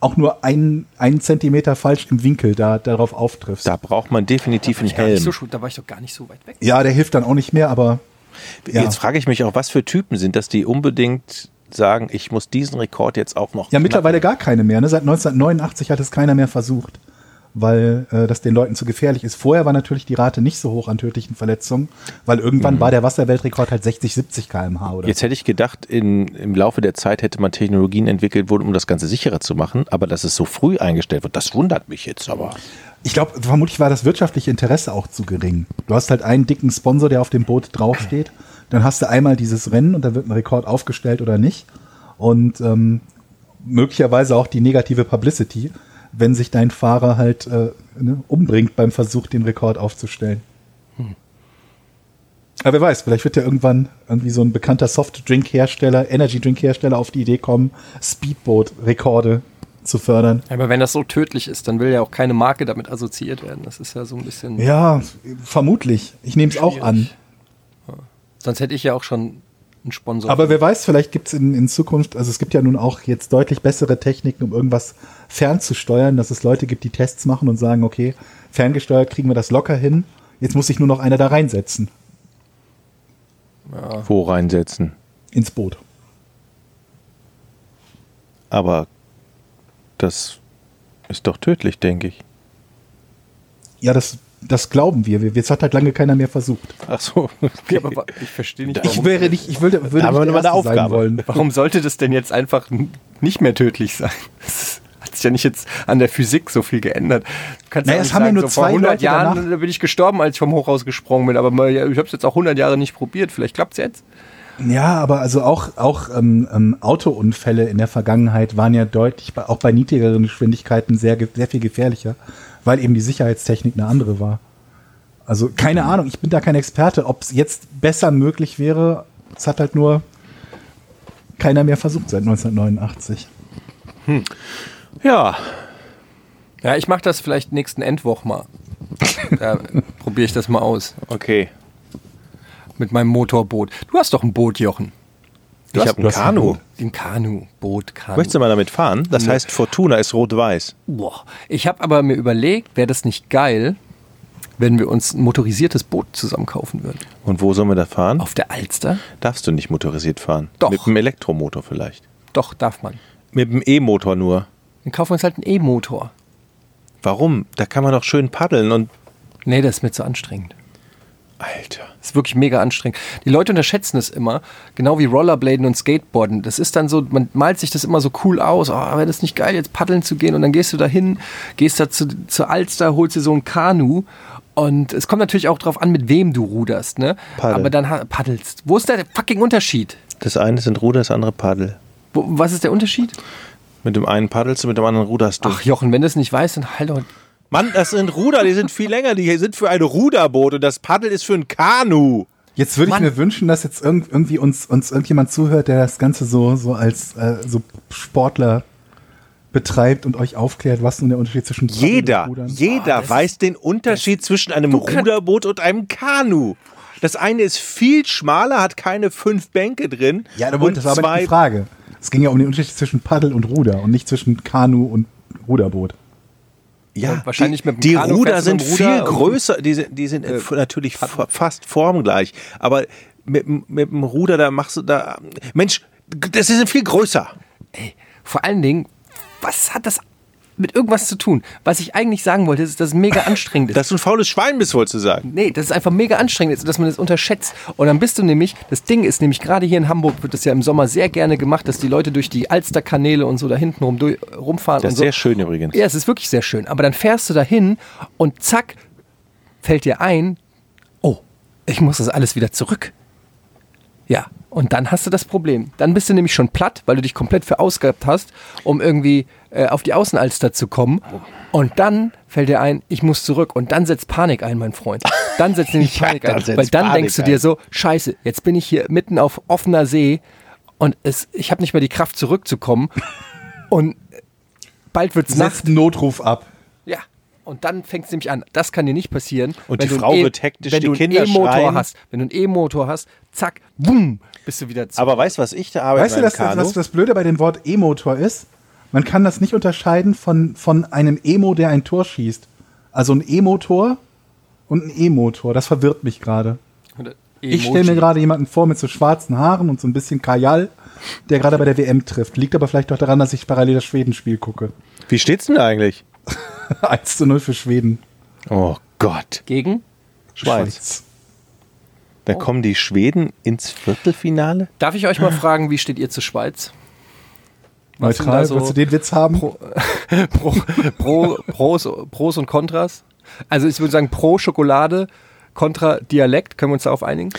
auch nur einen, einen Zentimeter falsch im Winkel da, darauf auftriffst. da braucht man definitiv einen Gar Helm. nicht so schuld, da war ich doch gar nicht so weit weg. Ja, der hilft dann auch nicht mehr, aber ja. Jetzt frage ich mich auch, was für Typen sind das, die unbedingt sagen, ich muss diesen Rekord jetzt auch noch. Ja, knacken. mittlerweile gar keine mehr. Ne? Seit 1989 hat es keiner mehr versucht, weil äh, das den Leuten zu gefährlich ist. Vorher war natürlich die Rate nicht so hoch an tödlichen Verletzungen, weil Mhm. irgendwann war der Wasserweltrekord halt 60, 70 km/h oder Jetzt hätte ich gedacht, in, im Laufe der Zeit hätte man Technologien entwickelt, wurden, um das Ganze sicherer zu machen. Aber dass es so früh eingestellt wird, das wundert mich jetzt aber. Ich glaube, vermutlich war das wirtschaftliche Interesse auch zu gering. Du hast halt einen dicken Sponsor, der auf dem Boot draufsteht. Dann hast du einmal dieses Rennen und dann wird ein Rekord aufgestellt oder nicht. Und ähm, möglicherweise auch die negative Publicity, wenn sich dein Fahrer halt äh, ne, umbringt beim Versuch, den Rekord aufzustellen. Aber wer weiß, vielleicht wird ja irgendwann irgendwie so ein bekannter Softdrink-Hersteller, Energy-Drink-Hersteller auf die Idee kommen, Speedboat-Rekorde zu fördern. Aber wenn das so tödlich ist, dann will ja auch keine Marke damit assoziiert werden. Das ist ja so ein bisschen. Ja, vermutlich. Ich nehme es auch an. Sonst hätte ich ja auch schon einen Sponsor. Aber wer weiß, vielleicht gibt's in, in Zukunft, also es gibt ja nun auch jetzt deutlich bessere Techniken, um irgendwas fernzusteuern, dass es Leute gibt, die Tests machen und sagen, okay, ferngesteuert kriegen wir das locker hin, jetzt muss sich nur noch einer da reinsetzen Wo reinsetzen? ins Boot. Aber das ist doch tödlich, denke ich. Ja, das, das glauben wir. wir. Jetzt hat halt lange keiner mehr versucht. Ach so. Ja, aber wa- ich verstehe nicht, Ich warum, wäre nicht, ich würde, würde Da haben wir nicht nochmal der eine Erste sein Aufgabe. wollen. warum sollte das denn jetzt einfach n- nicht mehr tödlich sein? Das hat sich ja nicht jetzt an der Physik so viel geändert. Du kannst Naja, ja es nicht haben ja nur vor zwei 100 Leute Jahren danach- da bin ich gestorben, als ich vom Hochhaus gesprungen bin. Aber mal, ja, ich habe es jetzt auch 100 Jahre nicht probiert. Vielleicht klappt es jetzt. Ja, aber also auch, auch ähm, ähm, Autounfälle in der Vergangenheit waren ja deutlich, bei- auch bei niedrigeren Geschwindigkeiten sehr, ge- sehr viel gefährlicher, weil eben die Sicherheitstechnik eine andere war. Also Mhm. keine Ahnung, ich bin da kein Experte, ob es jetzt besser möglich wäre. Es hat halt nur keiner mehr versucht seit 1989. Ja, Ja, ich mache das vielleicht nächsten Endwoch mal. Da probiere ich das mal aus Okay. mit meinem Motorboot. Du hast doch ein Boot, Jochen. Du Ich hast hab ein Kanu. Ein Kanu, Boot, Kanu. Möchtest du mal damit fahren? Das heißt, Fortuna ist rot-weiß. Boah. Ich habe aber mir überlegt, wäre das nicht geil, wenn wir uns ein motorisiertes Boot zusammen kaufen würden. Und wo sollen wir da fahren? Auf der Alster? Darfst du nicht motorisiert fahren. Doch. Mit einem Elektromotor vielleicht. Doch, darf man. Mit einem E-Motor nur. Dann kaufen wir uns halt einen E-Motor. Warum? Da kann man doch schön paddeln und. Nee, das ist mir zu anstrengend. Alter. Das ist wirklich mega anstrengend. Die Leute unterschätzen es immer, genau wie Rollerbladen und Skateboarden. Das ist dann so, man malt sich das immer so cool aus. Oh, wäre das nicht geil, jetzt paddeln zu gehen? Und dann gehst du da hin, gehst da zu, zur Alster, holst dir so ein Kanu. Und es kommt natürlich auch drauf an, mit wem du ruderst, ne? Paddeln. Aber dann ha- paddelst. Wo ist der fucking Unterschied? Das eine sind Ruder, das andere Paddel. Wo, was ist der Unterschied? Mit dem einen paddelst du, mit dem anderen ruderst du. Ach Jochen, wenn du es nicht weißt, dann halt doch. Mann, das sind Ruder, die sind viel länger. Die sind für ein Ruderboot und das Paddel ist für ein Kanu. Jetzt würde ich Mann. mir wünschen, dass jetzt irgend, irgendwie uns, uns irgendjemand zuhört, der das Ganze so, so als äh, so Sportler betreibt und euch aufklärt, was nun der Unterschied zwischen Paddeln und Jeder, Rudern ist. jeder weiß den Unterschied zwischen einem Ruderboot und einem Kanu. Das eine ist viel schmaler, hat keine fünf Bänke drin. Ja, da und wurde das war aber nicht zwei die Frage. Es ging ja um den Unterschied zwischen Paddel und Ruder und nicht zwischen Kanu und Ruderboot. Ja, Und wahrscheinlich die, mit dem die Kanu Ruder fährst du mit sind dem Ruder viel und- größer, die sind, die sind äh, f- natürlich fa- fast formgleich, aber mit, dem- mit dem Ruder, da machst du da, Mensch, g- das ist viel größer. Ey, vor allen Dingen, was hat das mit irgendwas zu tun? Was ich eigentlich sagen wollte, ist, dass es mega anstrengend ist. Dass du ein faules Schwein bist, wolltest du sagen. Nee, das ist einfach mega anstrengend, ist, dass man das unterschätzt. Und dann bist du nämlich, das Ding ist nämlich, gerade hier in Hamburg wird das ja im Sommer sehr gerne gemacht, dass die Leute durch die Alsterkanäle und so da hinten rum durch, rumfahren. und so. schön übrigens. Ja, es ist wirklich sehr schön. Aber dann fährst du dahin und zack, fällt dir ein, oh, ich muss das alles wieder zurück. Ja, und dann hast du das Problem. Dann bist du nämlich schon platt, weil du dich komplett verausgabt hast, um irgendwie äh, auf die Außenalster zu kommen. Und dann fällt dir ein, ich muss zurück. Und dann setzt Panik ein, mein Freund. Dann setzt nämlich Ja, Panik dann ein. setzt Weil dann Panik denkst du ein. dir so, scheiße, jetzt bin ich hier mitten auf offener See und es, ich habe nicht mehr die Kraft zurückzukommen. und bald wird's Nacht. Setzt einen Notruf ab. Ja. Und dann fängt es nämlich an. Das kann dir nicht passieren. Und wenn die du Frau einen wird hektisch, wenn die du einen Kinder E-Motor schreien. hast, wenn du einen E-Motor hast, zack, bumm, bist du wieder zu. Aber weißt du, was ich da arbeite Weißt du, in einem dass Kanu? das, was das Blöde bei dem Wort E-Motor ist? Man kann das nicht unterscheiden von, von einem Emo, der ein Tor schießt. Also ein E-Motor und ein E-Motor. Das verwirrt mich gerade. Ich stelle mir gerade jemanden vor mit so schwarzen Haaren und so ein bisschen Kajal, der gerade bei der WM trifft. Liegt aber vielleicht doch daran, dass ich parallel das Schwedenspiel gucke. Wie steht's denn eigentlich? 1 zu 0 für Schweden. Oh Gott. gegen. Schweiz. Dann kommen die Schweden ins Viertelfinale? Darf ich euch mal fragen, wie steht ihr zur Schweiz? Was sind Neutral, da so willst du den Witz haben? Pro, Pro, Pros, Pros und Kontras? Also ich würde sagen, pro Schokolade, kontra Dialekt. Können wir uns darauf einigen?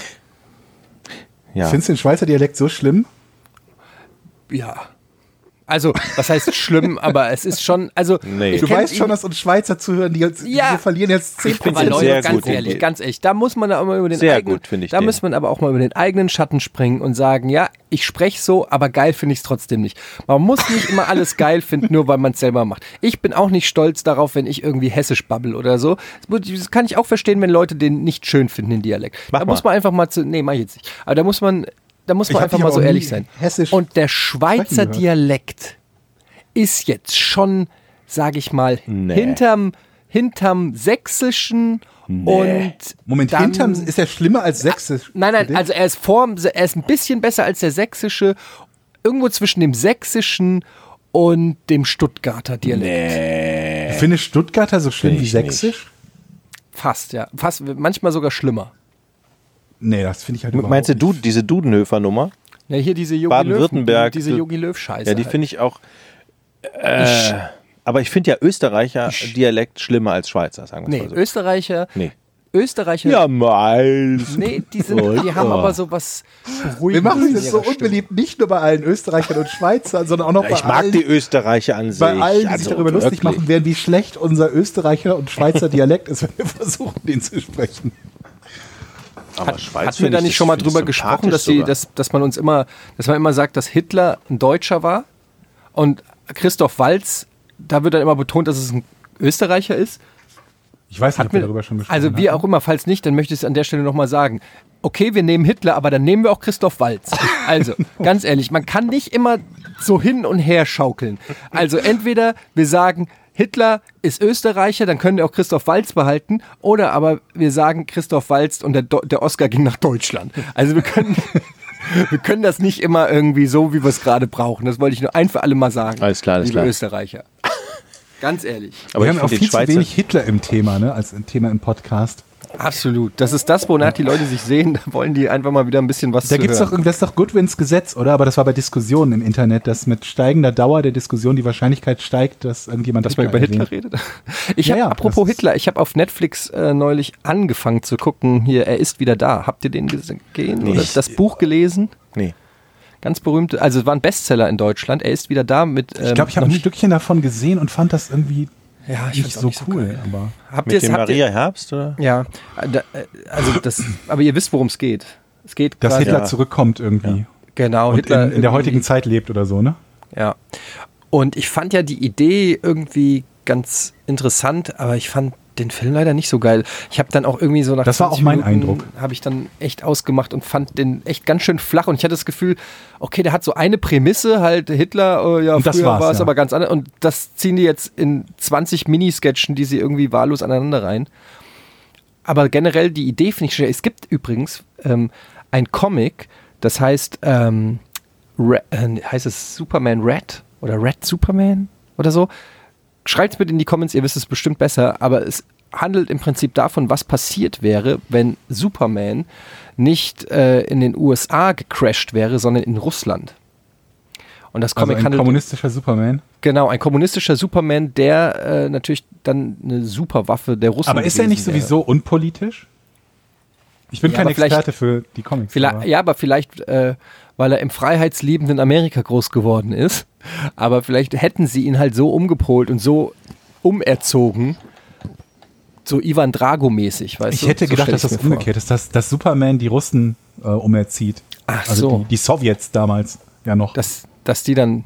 Ja. Findest du den Schweizer Dialekt so schlimm? Ja. Also, was heißt schlimm, aber es ist schon, also Nee. ich Du kenn weißt ihn- schon, dass uns Schweizer zuhören, die, jetzt, Ja. die verlieren jetzt 10 find's Aber jetzt Leute, sehr ganz gut, den ehrlich, Deal. ganz ehrlich, da muss man da immer über den Sehr eigenen, gut, finde ich da den. muss man aber auch mal über den eigenen Schatten springen und sagen, ja, ich spreche so, aber geil finde ich es trotzdem nicht. Man muss nicht immer alles geil finden, nur weil man es selber macht. Ich bin auch nicht stolz darauf, wenn ich irgendwie hessisch babbel oder so. Das muss- Das kann ich auch verstehen, wenn Leute den nicht schön finden, den Dialekt. Mach da mal. muss man einfach mal zu, nee, mach ich jetzt nicht. Aber da muss man, da muss Ich man hab einfach dich mal aber so auch ehrlich nie sein. hessisch Und der Schweizer gehört. Dialekt ist jetzt schon, sage ich mal, Nee. hinterm, hinterm Sächsischen und. Moment, dann- hinterm ist er schlimmer als Sächsisch. Nein, für nein, dich? also er ist, vorm, er ist ein bisschen besser als der Sächsische. Irgendwo zwischen dem Sächsischen und dem Stuttgarter Dialekt. Du findest Stuttgarter so schlimm Find wie ich nicht. Sächsisch? Fast, ja. Fast, manchmal sogar schlimmer. Nee, das finde ich halt Meinst du, überhaupt du diese Dudenhöfer-Nummer? Ja, hier diese Jogi Löw, halt. Baden-Württemberg. äh, diese Jogi Löw-Scheiße. Ja, die finde ich auch. Äh, aber ich finde ja Österreicher Dialekt schlimmer als Schweizer, sagen wir Nee, mal so. Österreicher. Nee. Österreicher. Ja, meins. Nee, die, sind, die haben aber so was nicht. Wir Ruhiges machen in das ihrer so Stimme. unbeliebt, nicht nur bei allen Österreichern und Schweizern, sondern auch noch Ich bei, mag allen, die Österreicher an sich. bei allen, die sich Also, darüber lustig wirklich. machen werden, wie schlecht unser Österreicher und Schweizer Dialekt ist, wenn wir versuchen, den zu sprechen. Aber Schweiz Hatten wir find da ich- nicht das schon mal find ich drüber gesprochen, dass, die, sympathisch dass, dass man uns immer, dass man immer sagt, dass Hitler ein Deutscher war und Christoph Walz, da wird dann immer betont, dass es ein Österreicher ist. Ich weiß nicht, Hat ob wir mir- darüber schon gesprochen also wie auch immer, falls nicht, dann möchte ich es an der Stelle nochmal sagen. Okay, wir nehmen Hitler, aber dann nehmen wir auch Christoph Walz. Also, ganz ehrlich, man kann nicht immer so hin und her schaukeln. Also entweder wir sagen, Hitler ist Österreicher, dann können wir auch Christoph Walz behalten, oder aber wir sagen Christoph Walz und der, Do der Oscar ging nach Deutschland. Also wir können, wir können das nicht immer irgendwie so, wie wir es gerade brauchen. Das wollte ich nur ein für alle Mal sagen. Alles klar, alles liebe klar. Österreicher. Ganz ehrlich. Aber wir ich haben finde auch viel den zu Schweizer. wenig Hitler im Thema, ne? Als ein Thema im Podcast. Absolut. Das ist das, wonach die Leute sich sehen. Da wollen die einfach mal wieder ein bisschen was Da zu gibt's doch, hören. irgend- das ist doch Goodwins Gesetz, oder? Aber das war bei Diskussionen im Internet, dass mit steigender Dauer der Diskussion die Wahrscheinlichkeit steigt, dass irgendjemand dass man über Hitler erwähnt. redet. Ich Ja, habe, ja, apropos das ist- Hitler, ich habe auf Netflix äh, neulich angefangen zu gucken. Hier, er ist wieder da. Habt ihr den gesehen oder Ich- das Buch gelesen? Nee. Ganz berühmt. Also es war ein Bestseller in Deutschland. Er ist wieder da mit. Ich glaube, ich Ähm, noch habe ein nicht- Stückchen davon gesehen und fand das irgendwie Ja, ich nicht find's auch so nicht so cool. aber Habt Mit ihr es? dem Habt ihr, Maria Herbst, oder? ja. äh, da- äh, Also das. Aber ihr wisst, worum es geht. Es geht dass quasi- Hitler Ja. zurückkommt irgendwie. genau Und in, in der irgendwie- heutigen Zeit lebt oder so, ne? Ja. Und ich fand ja die Idee irgendwie ganz interessant, aber ich fand den Film leider nicht so geil. Ich habe dann auch irgendwie so nach Das war auch 20 mein Minuten Eindruck. Habe ich dann echt ausgemacht und fand den echt ganz schön flach und ich hatte das Gefühl, okay, der hat so eine Prämisse, halt Hitler, äh, ja, Und das früher war's, war es ja. aber ganz anders und das ziehen die jetzt in 20 Minisketchen, die sie irgendwie wahllos aneinander rein. Aber generell die Idee finde ich schön. Es gibt übrigens ähm, ein Comic, das heißt, ähm, Re äh, heißt es Superman Red oder Red Superman oder so. Schreibt es bitte in die Comments, ihr wisst es bestimmt besser, aber es handelt im Prinzip davon, was passiert wäre, wenn Superman nicht äh, in den USA gecrashed wäre, sondern in Russland. Und das Also Comic ein handelt kommunistischer Superman. genau ein kommunistischer Superman, der äh, natürlich dann eine Superwaffe der Russen Aber ist er nicht gewesen wäre. sowieso unpolitisch? Ich bin Ja, kein aber vielleicht- Experte für die Comics. Vielleicht, aber- ja, aber vielleicht, äh, weil er im freiheitsliebenden Amerika groß geworden ist. Aber vielleicht hätten sie ihn halt so umgepolt und so umerzogen, so Ivan Drago-mäßig, weißt Ich du? hätte so gedacht, stell dass ich's das mir vor. umgekehrt ist, dass, dass Superman die Russen äh, umerzieht. Ach also so. Die, die Sowjets damals ja noch. Dass, dass die dann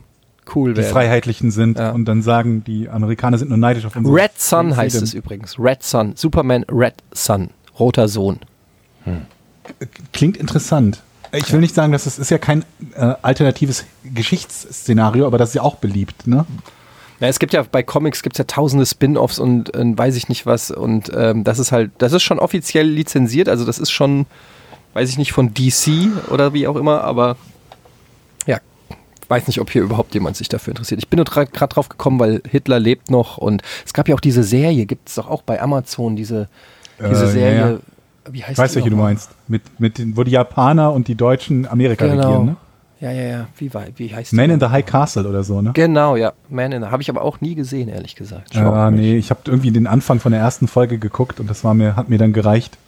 cool die werden. Freiheitlichen sind Ja. und dann sagen, die Amerikaner sind nur neidisch auf uns. Red Sun heißt es übrigens. Red Sun. Superman Red Sun. Roter Sohn. Klingt interessant. Ich will nicht sagen, dass es ist ja kein äh, alternatives Geschichtsszenario, aber das ist ja auch beliebt. Ne? Na, es gibt ja bei Comics gibt's ja tausende Spin-offs und, und weiß ich nicht was und ähm, das ist halt, das ist schon offiziell lizenziert, also das ist schon, weiß ich nicht, von DC oder wie auch immer, aber ja, weiß nicht, ob hier überhaupt jemand sich dafür interessiert. Ich bin nur gerade drauf gekommen, weil Hitler lebt noch und es gab ja auch diese Serie, gibt es doch auch bei Amazon, diese, diese Äh, Serie, ja, ja. wie heißt Ich weiß, die welche du noch? meinst. Mit, mit den, wo die Japaner und die Deutschen Amerika Genau. regieren. Ne? Ja, ja, ja, wie, war- wie heißt Man die? in the High Castle oder so. Ne? Genau, ja, Man in the Habe ich aber auch nie gesehen, ehrlich gesagt. Ja, Ah, nee, ich habe irgendwie den Anfang von der ersten Folge geguckt und das war mir, hat mir dann gereicht.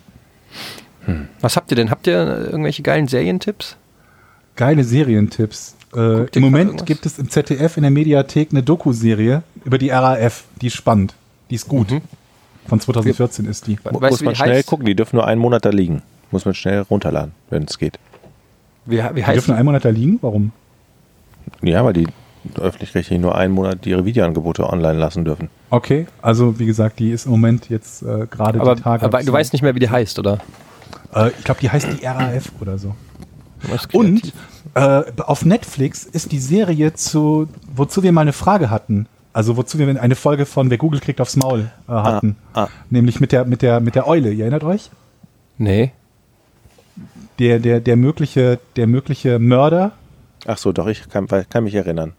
Was habt ihr denn? Habt ihr äh, irgendwelche geilen Serientipps? Geile Serientipps. Äh, dir Im Moment irgendwas? gibt es im ZDF in der Mediathek eine Doku-Serie über die RAF. Die ist spannend. Die ist gut. Mhm. Von 2014 ist die. Mu- Weißt muss du, wie man die schnell heißt? gucken, die dürfen nur einen Monat da liegen. Muss man schnell runterladen, wenn es geht. Wie, wie Die heißt dürfen einen Monat da liegen? Warum? Ja, weil die öffentlich-rechtlich nur einen Monat ihre Videoangebote online lassen dürfen. Okay, also wie gesagt, die ist im Moment jetzt äh, gerade Aber, die Tage. aber du weißt nicht mehr, wie die heißt, oder? Äh, ich glaube, die heißt die RAF oder so. Und äh, auf Netflix ist die Serie zu, wozu wir mal eine Frage hatten. Also wozu wir eine Folge von Wer Google kriegt aufs Maul äh, hatten. ah. Nämlich mit der, mit der, mit der Eule, ihr erinnert euch? Nee. Der, der, der mögliche, der mögliche Mörder. Ach so, doch, ich kann, weil- kann mich erinnern.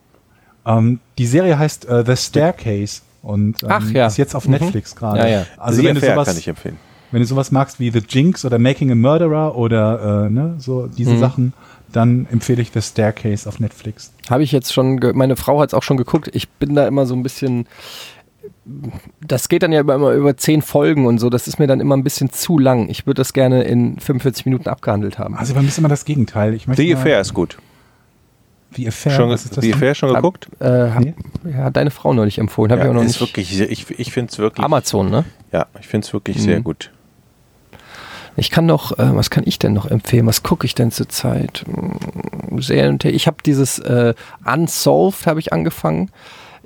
Ähm, die Serie heißt äh, The Staircase und ähm, Ach ja. ist jetzt auf Mhm. Netflix gerade. Ja, ja. Also Sie wenn du, Affair sowas, kann ich empfehlen. wenn du sowas magst wie The Jinx oder Making a Murderer oder äh, ne, so Mhm. diese Sachen, dann empfehle ich The Staircase auf Netflix. Habe ich jetzt schon, ge- meine Frau hat es auch schon geguckt. Ich bin da immer so ein bisschen, das geht dann ja immer, immer über zehn Folgen und so. Das ist mir dann immer ein bisschen zu lang. Ich würde das gerne in 45 Minuten abgehandelt haben. Also bei mir ist immer das Gegenteil. Ich möchte The mal- Affair ist gut. The Affair. schon, was ist das The denn? Affair schon geguckt? Äh, hab, Nee. Ja, hat deine Frau neulich empfohlen. Habe ich auch noch ist nicht. wirklich, sehr- ich, ich finde es wirklich, Amazon, ne? ja, ich finde es wirklich sehr gut. Ich kann noch, äh, was kann ich denn noch empfehlen? Was gucke ich denn zurzeit? Hm, Serien, ich habe dieses äh, Unsolved habe ich angefangen.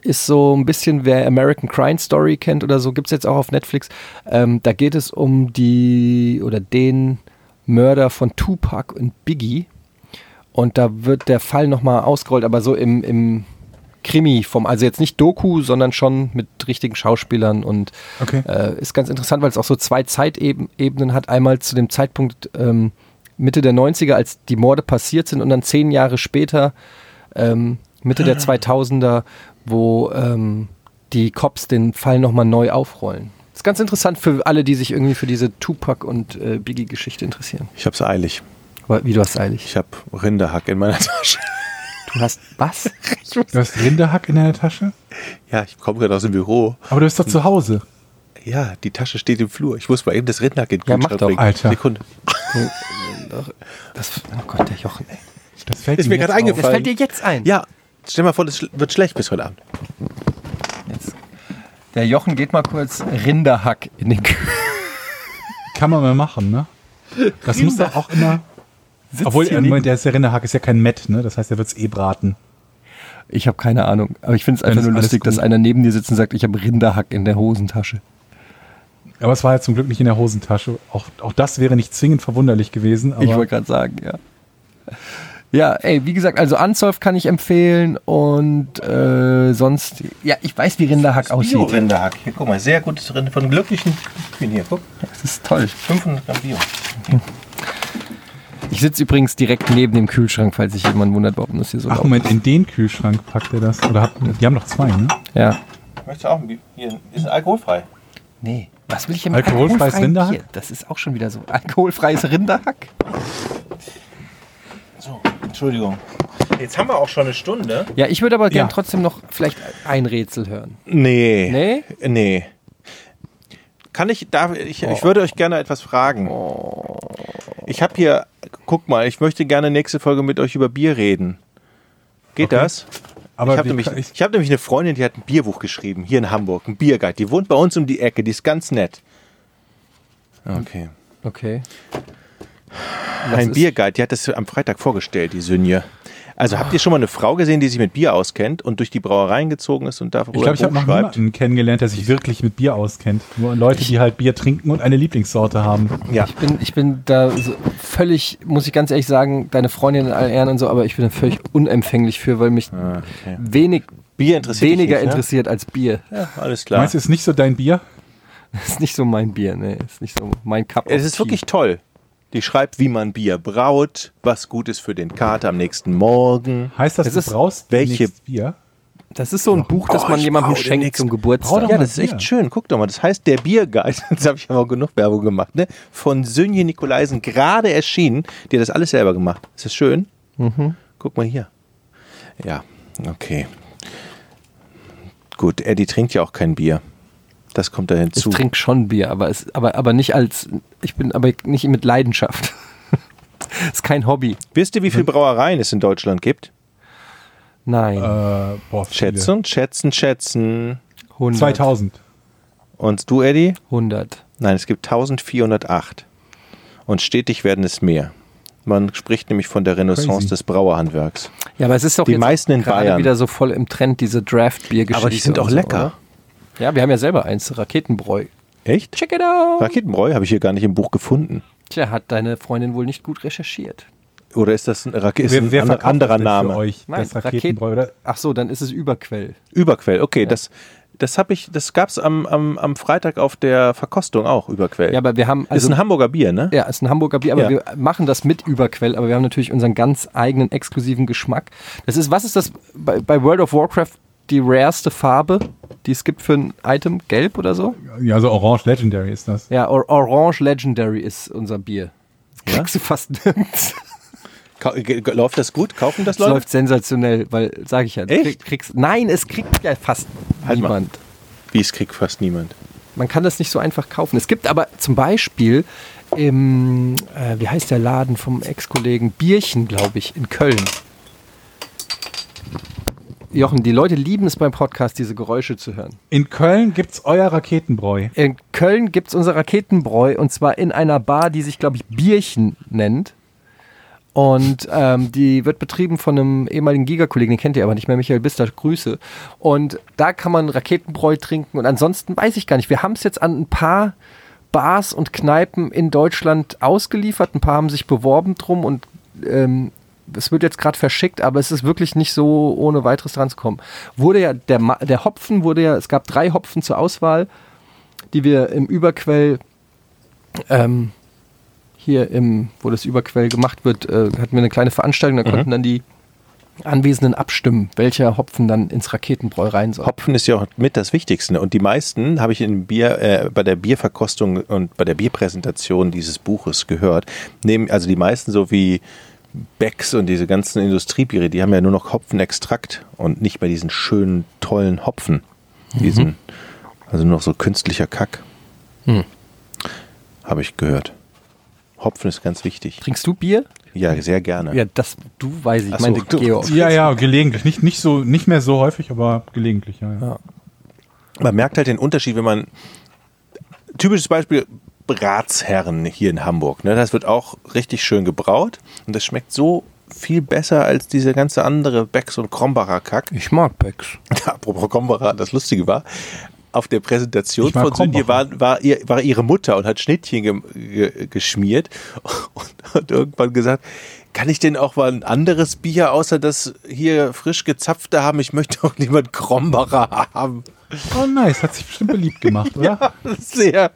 ist so ein bisschen, wer American Crime Story kennt oder so, gibt es jetzt auch auf Netflix. Ähm, da geht es um die oder den Mörder von Tupac und Biggie. Und da wird der Fall nochmal ausgerollt, aber so im, im Krimi vom, also jetzt nicht Doku, sondern schon mit richtigen Schauspielern und Okay. äh, ist ganz interessant, weil es auch so zwei Zeitebenen hat. Einmal zu dem Zeitpunkt ähm, Mitte der 90er, als die Morde passiert sind und dann zehn Jahre später, ähm, Mitte der 2000er, wo ähm, die Cops den Fall nochmal neu aufrollen. Ist ganz interessant für alle, die sich irgendwie für diese Tupac- und äh, Biggie-Geschichte interessieren. Ich hab's eilig. Aber wie du hast eilig. Ich hab Rinderhack in meiner Tasche. Du hast was? Du hast Rinderhack in deiner Tasche? Ja, ich komme gerade aus dem Büro. Aber du bist doch zu Hause. Ja, die Tasche steht im Flur. Ich muss mal eben das Rinderhack in den Ja, mach Kühlschrank doch, bringen. Alter. Sekunde. das oh Gott, der Jochen, ey. Das fällt Ist mir gerade jetzt auf. eingefallen. fällt dir jetzt ein? Ja, stell mal vor, das wird schlecht bis heute Abend. Jetzt. Der Jochen geht mal kurz Rinderhack in den Kühl. Kann man mal machen, ne? Das muss doch auch immer. Obwohl, hier äh, neben- Moment, der ist ja Rinderhack, ist ja kein Met, ne? Das heißt, er wird es eh braten. Ich habe keine Ahnung. Aber ich finde es einfach ist nur alles lustig, gut. dass einer neben dir sitzt und sagt, ich habe Rinderhack in der Hosentasche. Aber es war ja zum Glück nicht in der Hosentasche. Auch, auch das wäre nicht zwingend verwunderlich gewesen, aber ich wollte gerade sagen, ja. Ja, ey, wie gesagt, also Anzolf kann ich empfehlen und äh, sonst, ja, ich weiß, wie Rinderhack aussieht. Bio-Rinderhack. Hier, guck mal, sehr gutes Rind von glücklichen Kühen hier. Guck, Das ist toll. 500 Gramm Bio. Ich sitze übrigens direkt neben dem Kühlschrank, falls sich jemand wundert, warum das hier so Ach laut Moment, in den Kühlschrank packt er das. Oder habt, die haben noch zwei, ne? ist. Ja. Möchtest du auch ein Bio? Hier, ist alkoholfrei. Nee. Was will ich im Alkoholfreies alkoholfreien Rinderhack? Bier? Das ist auch schon wieder so. Alkoholfreies Rinderhack? So, Entschuldigung. Jetzt haben wir auch schon eine Stunde. Ja, ich würde aber gerne Ja. trotzdem noch vielleicht ein Rätsel hören. Nee. Nee? Nee? Nee. Kann ich, darf, ich, ich würde euch gerne etwas fragen. Ich habe hier, guck mal, ich möchte gerne nächste Folge mit euch über Bier reden. Geht das? Aber ich habe wir- nämlich, ich- ich hab nämlich eine Freundin, die hat ein Bierbuch geschrieben, hier in Hamburg, ein Bierguide. Die wohnt bei uns um die Ecke, die ist ganz nett. Okay. Okay. Ein Bierguide, die hat das am Freitag vorgestellt, die Sünje. Also habt ihr schon mal eine Frau gesehen, die sich mit Bier auskennt und durch die Brauereien gezogen ist und darüber Ich glaube, ich Buch habe noch schreibt? niemanden kennengelernt, der sich wirklich mit Bier auskennt. Nur Leute, die halt Bier trinken und eine Lieblingssorte haben. Ja. Ich bin, ich bin da so völlig, muss ich ganz ehrlich sagen, deine Freundin in allen Ehren und so, aber ich bin da völlig unempfänglich für, weil mich Ah, wenig, Bier interessiert dich weniger nicht, ne? interessiert als Bier. Alles klar. Meinst du, ist nicht so dein Bier? Das ist nicht so mein Bier, ne? Ist nicht so mein Cup. Es of ist Tea. wirklich toll. Die schreibt, wie man Bier braut, was gut ist für den Kater am nächsten Morgen. Heißt das, Es ist- du brauchst welche- nichts Bier? Das ist so ein Buch, das Oh, man ich jemandem brauche den schenkt nächsten- zum Brau doch Geburtstag. mal Ja, das ist Bier. echt schön. Guck doch mal, das heißt der Biergeist. Jetzt habe ich aber genug Werbung gemacht, ne? Von Sönje Nikolaisen, gerade erschienen. Die hat das alles selber gemacht. Ist das schön? Guck mal hier. Ja, okay. Gut, Eddie trinkt ja auch kein Bier. Das kommt da Ich hinzu. trinke schon Bier, aber, es, aber, aber nicht als, ich bin aber nicht mit Leidenschaft. ist kein Hobby. Wisst ihr, wie viele Brauereien es in Deutschland gibt? Nein. Äh, boah, viele. Schätzen, schätzen, schätzen. 100. 2000. Und du, Eddie? 100. Nein, es gibt 1408. Und stetig werden es mehr. Man spricht nämlich von der Renaissance Crazy. des Brauerhandwerks. Ja, aber es ist doch Die jetzt meisten in gerade Bayern. wieder so voll im Trend, diese Draft-Bier-Geschichte. und so, oder? Ja, wir haben ja selber eins, Raketenbräu. Echt? Check it out! Raketenbräu habe ich hier gar nicht im Buch gefunden. Tja, hat deine Freundin wohl nicht gut recherchiert. Oder ist das ein, Rake ist Wer, wer ein ander- anderer verkauft das denn für Name? euch? das Raketenbräu, oder? Ach so, dann ist es Überquell. Überquell, okay. Das, das, hab ich- das gab es am, am, am Freitag auf der Verkostung auch, Überquell. Ja, aber wir haben ist also ein Hamburger Bier, ne? ja, ist ein Hamburger Bier, aber Ja. wir machen das mit Überquell, aber wir haben natürlich unseren ganz eigenen exklusiven Geschmack. Das ist, was ist das bei, bei World of Warcraft die rareste Farbe, die es gibt für ein Item? Gelb oder so? Ja, so Orange Legendary ist das. Ja, or Orange Legendary ist unser Bier. Ja? Kriegst du fast nirgends. Ka- ge- ge- Läuft das gut? Kaufen das Es Leute? läuft sensationell, weil, sage ich ja, du Echt? krieg- kriegst, nein, es kriegt ja fast Halt mal. niemand. Wie es kriegt fast niemand. Man kann das nicht so einfach kaufen. Es gibt aber zum Beispiel im, äh, wie heißt der Laden vom Ex-Kollegen Bierchen, glaube ich, in Köln. Jochen, die Leute lieben es beim Podcast, diese Geräusche zu hören. In Köln gibt's euer Raketenbräu. In Köln gibt es unser Raketenbräu und zwar in einer Bar, die sich, glaube ich, Bierchen nennt. Und ähm, die wird betrieben von einem ehemaligen Gigakollegen, den kennt ihr aber nicht mehr, Michael Bister, Grüße. Und da kann man Raketenbräu trinken und ansonsten weiß ich gar nicht. Wir haben es jetzt an ein paar Bars und Kneipen in Deutschland ausgeliefert. Ein paar haben sich beworben drum und ähm, es wird jetzt gerade verschickt, aber es ist wirklich nicht so ohne weiteres dran zu kommen. Wurde ja, der, Ma- der Hopfen wurde ja, es gab drei Hopfen zur Auswahl, die wir im Überquell, ähm, hier im, wo das Überquell gemacht wird, äh, hatten wir eine kleine Veranstaltung, da konnten dann die Anwesenden abstimmen, welcher Hopfen dann ins Raketenbräu rein soll. Hopfen ist ja auch mit das Wichtigste. Und die meisten habe ich in Bier, äh, bei der Bierverkostung und bei der Bierpräsentation dieses Buches gehört. Nehmen, also die meisten, so wie Becks und diese ganzen Industriebiere, die haben ja nur noch Hopfenextrakt und nicht mehr diesen schönen, tollen Hopfen. Diesen, Also nur noch so künstlicher Kack. Habe ich gehört. Hopfen ist ganz wichtig. Trinkst du Bier? Ja, sehr gerne. Ja, das, du weiß ich, Ach ich so, meine du- Georg. Ja, ja, gelegentlich. Nicht, nicht, so, nicht mehr so häufig, aber gelegentlich. Ja, ja. Man merkt halt den Unterschied, wenn man. Typisches Beispiel: Ratsherren hier in Hamburg. Ne? Das wird auch richtig schön gebraut und das schmeckt so viel besser als diese ganze andere Becks und Krombacher Kack. Ich mag Becks. Apropos Krombacher, das Lustige war. Auf der Präsentation Ich mag von Sünje Krombacher. war, war, ihr, war ihre Mutter und hat Schnittchen ge, ge, geschmiert und hat irgendwann gesagt, kann ich denn auch mal ein anderes Bier außer das hier frisch gezapfte haben? Ich möchte auch niemand Krombacher haben. Oh, nice. Hat sich bestimmt beliebt gemacht, oder? Sehr.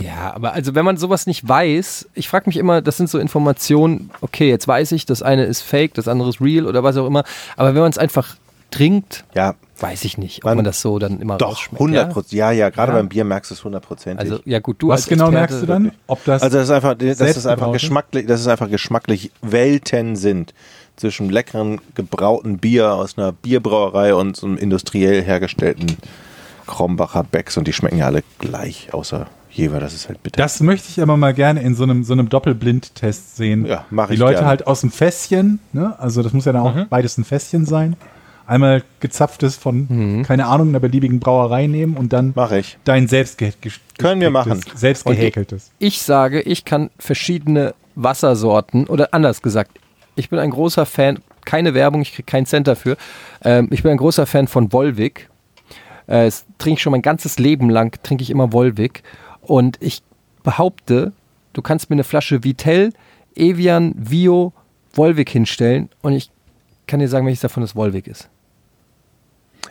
Ja, aber also wenn man sowas nicht weiß, ich frage mich immer, das sind so Informationen, okay, jetzt weiß ich, das eine ist fake, das andere ist real oder was auch immer, aber wenn man es einfach trinkt, Ja, weiß ich nicht, ob man, Man- das so dann immer Doch, rausschmeckt. 100 Prozent. Ja, ja, gerade Ja. beim Bier merkst du es Ja? hundertprozentig. Also, Also, ja gut, du Was als genau Experte, merkst du dann? Ob das das ist einfach, das ist einfach Selbstgebraute? geschmacklich, das ist einfach geschmacklich Welten sind zwischen leckeren gebrauten Bier aus einer Bierbrauerei und so einem industriell hergestellten Krombacher Becks und die schmecken ja alle gleich, außer Jever, das ist halt bitter. Das möchte ich aber mal gerne in so einem, so einem Doppelblindtest sehen. Ja, mach Die ich Leute gerne. Mhm. halt aus dem Fässchen, ne? also das muss ja dann auch beides ein Fässchen sein. Einmal gezapftes von, keine Ahnung, einer beliebigen Brauerei nehmen und dann Mhm. Mach ich. dein selbstgehäkeltes. Können wir machen. Selbstgehäkeltes. ich sage, ich kann verschiedene Wassersorten oder anders gesagt, ich bin ein großer Fan, keine Werbung, ich kriege keinen Cent dafür. Ähm, ich bin ein großer Fan von Volvic. Äh, das trinke ich schon mein ganzes Leben lang, trinke ich immer Volvic. Und ich behaupte, du kannst mir eine Flasche Vitell, Evian, Vio, Volvic hinstellen und ich kann dir sagen, welches davon das Volvic ist.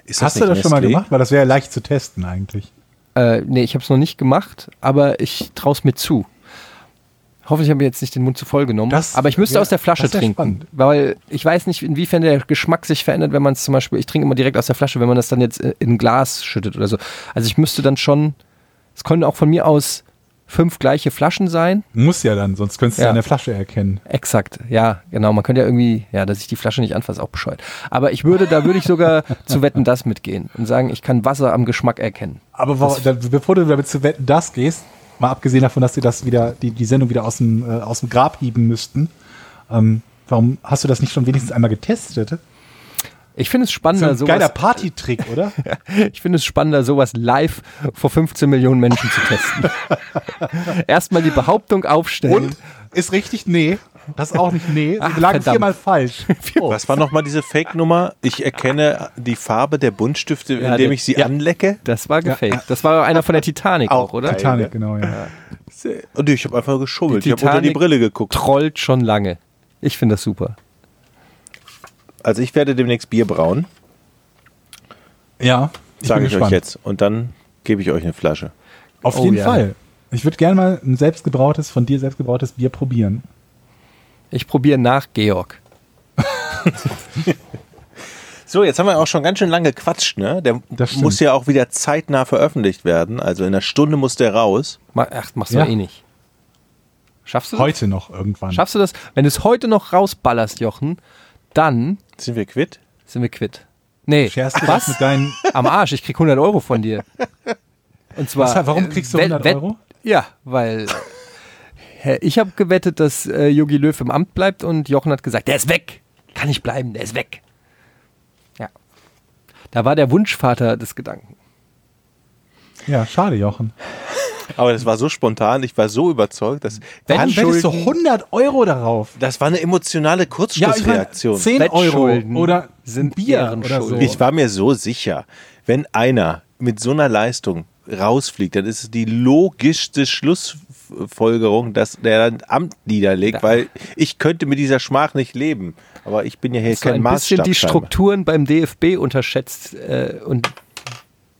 Ist Hast du nicht das schon mal Nestlé? gemacht? Weil das wäre ja leicht zu testen eigentlich. Äh, nee, ich habe es noch nicht gemacht, aber ich traue es mir zu. Hoffentlich habe ich jetzt nicht den Mund zu voll genommen. Das aber ich müsste wär- aus der Flasche das wär trinken, spannend. weil ich weiß nicht, inwiefern der Geschmack sich verändert, wenn man es zum Beispiel, ich trinke immer direkt aus der Flasche, wenn man das dann jetzt äh, in ein Glas schüttet oder so. Also ich müsste dann schon, es können auch von mir aus fünf gleiche Flaschen sein. Muss ja dann, sonst könntest du Ja. ja an der Flasche erkennen. Exakt, ja, genau. Man könnte ja irgendwie, ja, dass ich die Flasche nicht anfasse, auch bescheuert. Aber ich würde, da würde ich sogar zu wetten, das mitgehen und sagen, ich kann Wasser am Geschmack erkennen. Aber wa- dann, bevor du damit zu wetten, das gehst, mal abgesehen davon, dass sie das wieder, die, die Sendung wieder aus dem, äh, aus dem Grab hieben müssten, ähm, warum hast du das nicht schon wenigstens einmal getestet? Ich finde es So spannender, ein geiler Partytrick, oder? Ich finde es spannender, sowas live vor 15 Millionen Menschen zu testen. Erstmal die Behauptung aufstellen. Und ist richtig? Nee. Das ist auch nicht nee. Ach, Sie lagen verdammt. viermal falsch. Oh. Was war nochmal diese Fake-Nummer? Ich erkenne die Farbe der Buntstifte, Ja, indem die- ich sie ja. anlecke. Das war gefaked. Das war einer von der Titanic auch, Auch oder? geil. Titanic, genau, ja. Und ich habe einfach geschummelt. Die Ich habe unter die Titanic- Brille geguckt. Trollt schon lange. Ich finde das super. Also ich werde demnächst Bier brauen, Ja, ich sage bin ich euch gespannt. jetzt. Und dann gebe ich euch eine Flasche. Auf Oh, jeden ja. Fall. Ich würde gerne mal ein selbstgebrautes, von dir selbstgebrautes Bier probieren. Ich probiere nach Georg. So, jetzt haben wir auch schon ganz schön lange gequatscht, ne? Der Das stimmt. muss ja auch wieder zeitnah veröffentlicht werden. Also in einer Stunde muss der raus. Ma- Ach, machst du Ja. eh nicht. Schaffst du das? Heute noch irgendwann. Schaffst du das? Wenn du es heute noch rausballerst, Jochen, dann Sind wir quitt? sind wir quitt. Nee, Scherst du was? das mit deinen Am Arsch, ich krieg 100 Euro von dir. Und zwar. Was, warum kriegst du äh, 100 wett- Euro? Ja, weil. Hä, Ich habe gewettet, dass äh, Jogi Löw im Amt bleibt und Jochen hat gesagt, der ist weg. Kann nicht bleiben, der ist weg. Ja. Da war der Wunschvater des Gedanken. Ja, schade, Jochen. Aber das war so spontan, ich war so überzeugt, dass Dann Handschulden- wettest du 100 Euro darauf. das war eine emotionale Kurzschlussreaktion. Ja, ich meine, 10 Wettschulden Euro oder sind ein Bier oder so. Ehrenschulden. Ich war mir so sicher, wenn einer mit so einer Leistung rausfliegt, dann ist es die logischste Schlussfolgerung, dass der dann Amt niederlegt, Ja. weil ich könnte mit dieser Schmach nicht leben. Aber ich bin ja hier so kein ein bisschen Maßstab. die scheinbar. Strukturen beim DFB unterschätzt. Äh, und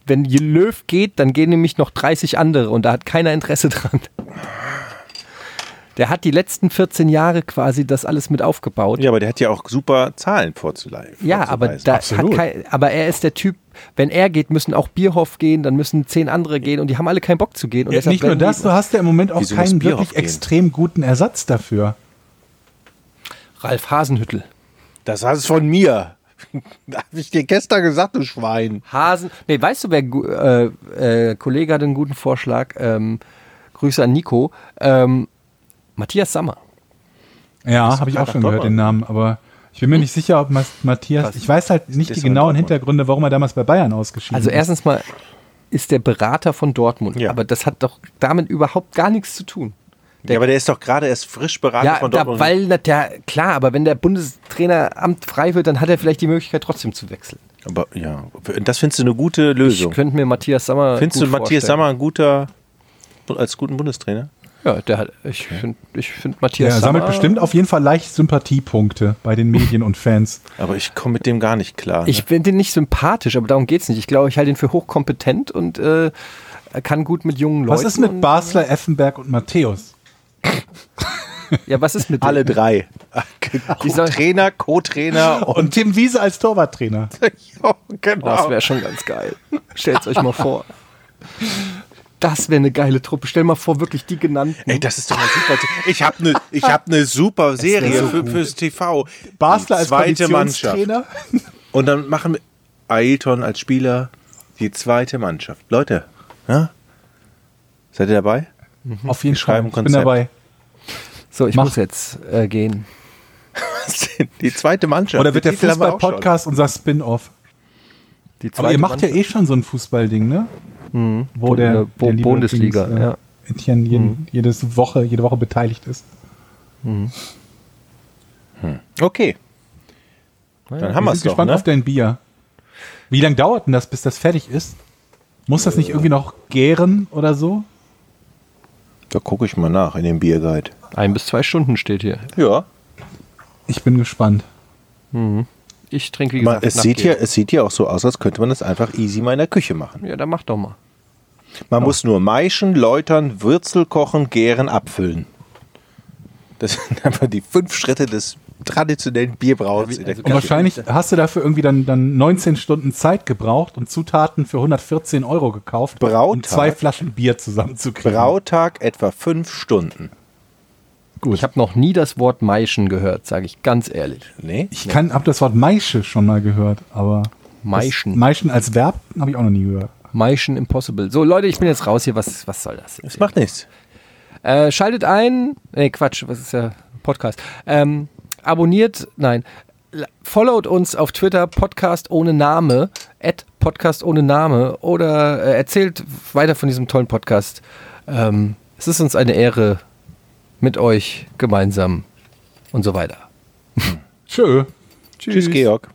wenn J- Löw geht, dann gehen nämlich noch 30 andere und da hat keiner Interesse dran. Der hat die letzten 14 Jahre quasi das alles mit aufgebaut. Ja, aber der hat ja auch super Zahlen vorzuleihen. Ja, aber, vorzuweisen. da hat Absolut. kein, aber er ist der Typ, wenn er geht, müssen auch Bierhoff gehen, dann müssen zehn andere gehen und die haben alle keinen Bock zu gehen. Und Ja, deshalb nicht nur werden das, die du hast ja im Moment auch Wieso muss keinen Bierhoff wirklich gehen? extrem guten Ersatz dafür. Ralf Hasenhüttel. das war es von mir. Hab ich dir gestern gesagt, du Schwein. Hasen. Nee, weißt du, wer gu- äh, äh, Kollege hat einen guten Vorschlag. Ähm, Grüße an Nico. Ähm, Matthias Sammer. Ja, habe ich klar, auch schon doch, gehört, Mann. den Namen, aber ich bin mir nicht sicher, ob Mas- Matthias, ich weiß halt nicht ist die so in genauen Dortmund. Hintergründe, warum er damals bei Bayern ausgeschieden Also ist. erstens mal ist der Berater von Dortmund, Ja. aber das hat doch damit überhaupt gar nichts zu tun. ja, aber der ist doch gerade erst frisch beraten Ja, von da, Dortmund. weil na, der, klar, aber wenn der Bundestraineramt frei wird, dann hat er vielleicht die Möglichkeit trotzdem zu wechseln. aber ja, das findest du eine gute Ich Lösung. könnte mir Matthias Sammer Findest du gut Matthias vorstellen. Sammer ein guter als guten Bundestrainer? Ja, der hat, ich finde ich find ja, Matthias er Sammer. sammelt bestimmt auf jeden Fall leicht Sympathiepunkte bei den Medien und Fans. Aber ich komme mit dem gar nicht klar. Ich ne? finde den nicht sympathisch, aber darum geht's nicht. Ich glaube, ich halte ihn für hochkompetent und äh, er kann gut mit jungen Leuten. Was ist mit und- Basler, Effenberg und Matthäus? Ja, was ist mit Alle denen? drei. Die soll- Trainer, Co-Trainer und Und Tim Wiese als Torwarttrainer. Ja, Oh, das genau. wäre schon ganz geil. Stellt's euch mal vor. Das wäre eine geile Truppe. Stell mal vor, wirklich die genannten. Ey, das ist doch mal super. Ich habe eine ich hab ne super Serie für, fürs TV. Basler Die als zweite Mannschaft. Konditionstrainer. Und dann machen wir Ailton als Spieler die zweite Mannschaft. Leute, ja? seid ihr dabei? Auf jeden Fall. Mhm. schreiben Ich bin Konzept. dabei. So, ich mach- muss jetzt äh, gehen. Die zweite Mannschaft. Oder wird Die der Titel haben wir auch schon. Fußball-Podcast unser Spin-off? Die Aber zweite ihr macht ja Mannschaft. eh schon so ein Fußballding, ne? Wo Bo- äh, der, Bo- der liebe Bundesliga, Dings, äh, ja. Mhm. Etienne jeden, jedes Woche, jede Woche beteiligt ist. Okay. Dann haben Wir wir es sind doch, gespannt auf ne? dein Bier. Wie lange dauert denn das, bis das fertig ist? Muss das nicht irgendwie noch gären oder so? Da gucke ich mal nach in dem Bierguide. Ein bis zwei Stunden steht hier. Ja. Ich bin gespannt. Ich trinke, wie Man, gesagt, es, nach sieht dir. hier, es sieht hier auch so aus, als könnte man das einfach easy mal in der Küche machen. Ja, dann mach doch mal. Man muss nur maischen, läutern, Würzel kochen, gären, abfüllen. Das sind einfach die fünf Schritte des traditionellen Bierbrauens in der also Und Küche. wahrscheinlich hast du dafür irgendwie dann, dann 19 Stunden Zeit gebraucht und Zutaten für 114 Euro gekauft, um Brautag. zwei Flaschen Bier zusammenzukriegen. Brautag etwa fünf Stunden. Gut. Ich habe noch nie das Wort Maischen gehört, sage ich ganz ehrlich. Nee? Ich kann, habe das Wort Maische schon mal gehört, aber Maischen. Das Maischen als Verb habe ich auch noch nie gehört. Maischen Impossible. So, Leute, ich bin jetzt raus hier. Was, was soll das? Das macht nichts. Äh, schaltet ein. Nee, Quatsch, was ist ja Podcast. Ähm, abonniert, nein. l- Followt uns auf Twitter, Podcast ohne Name, at Podcast ohne Name oder äh, erzählt weiter von diesem tollen Podcast. Ähm, es ist uns eine Ehre mit euch gemeinsam und so weiter. Tschö. Tschüss Georg.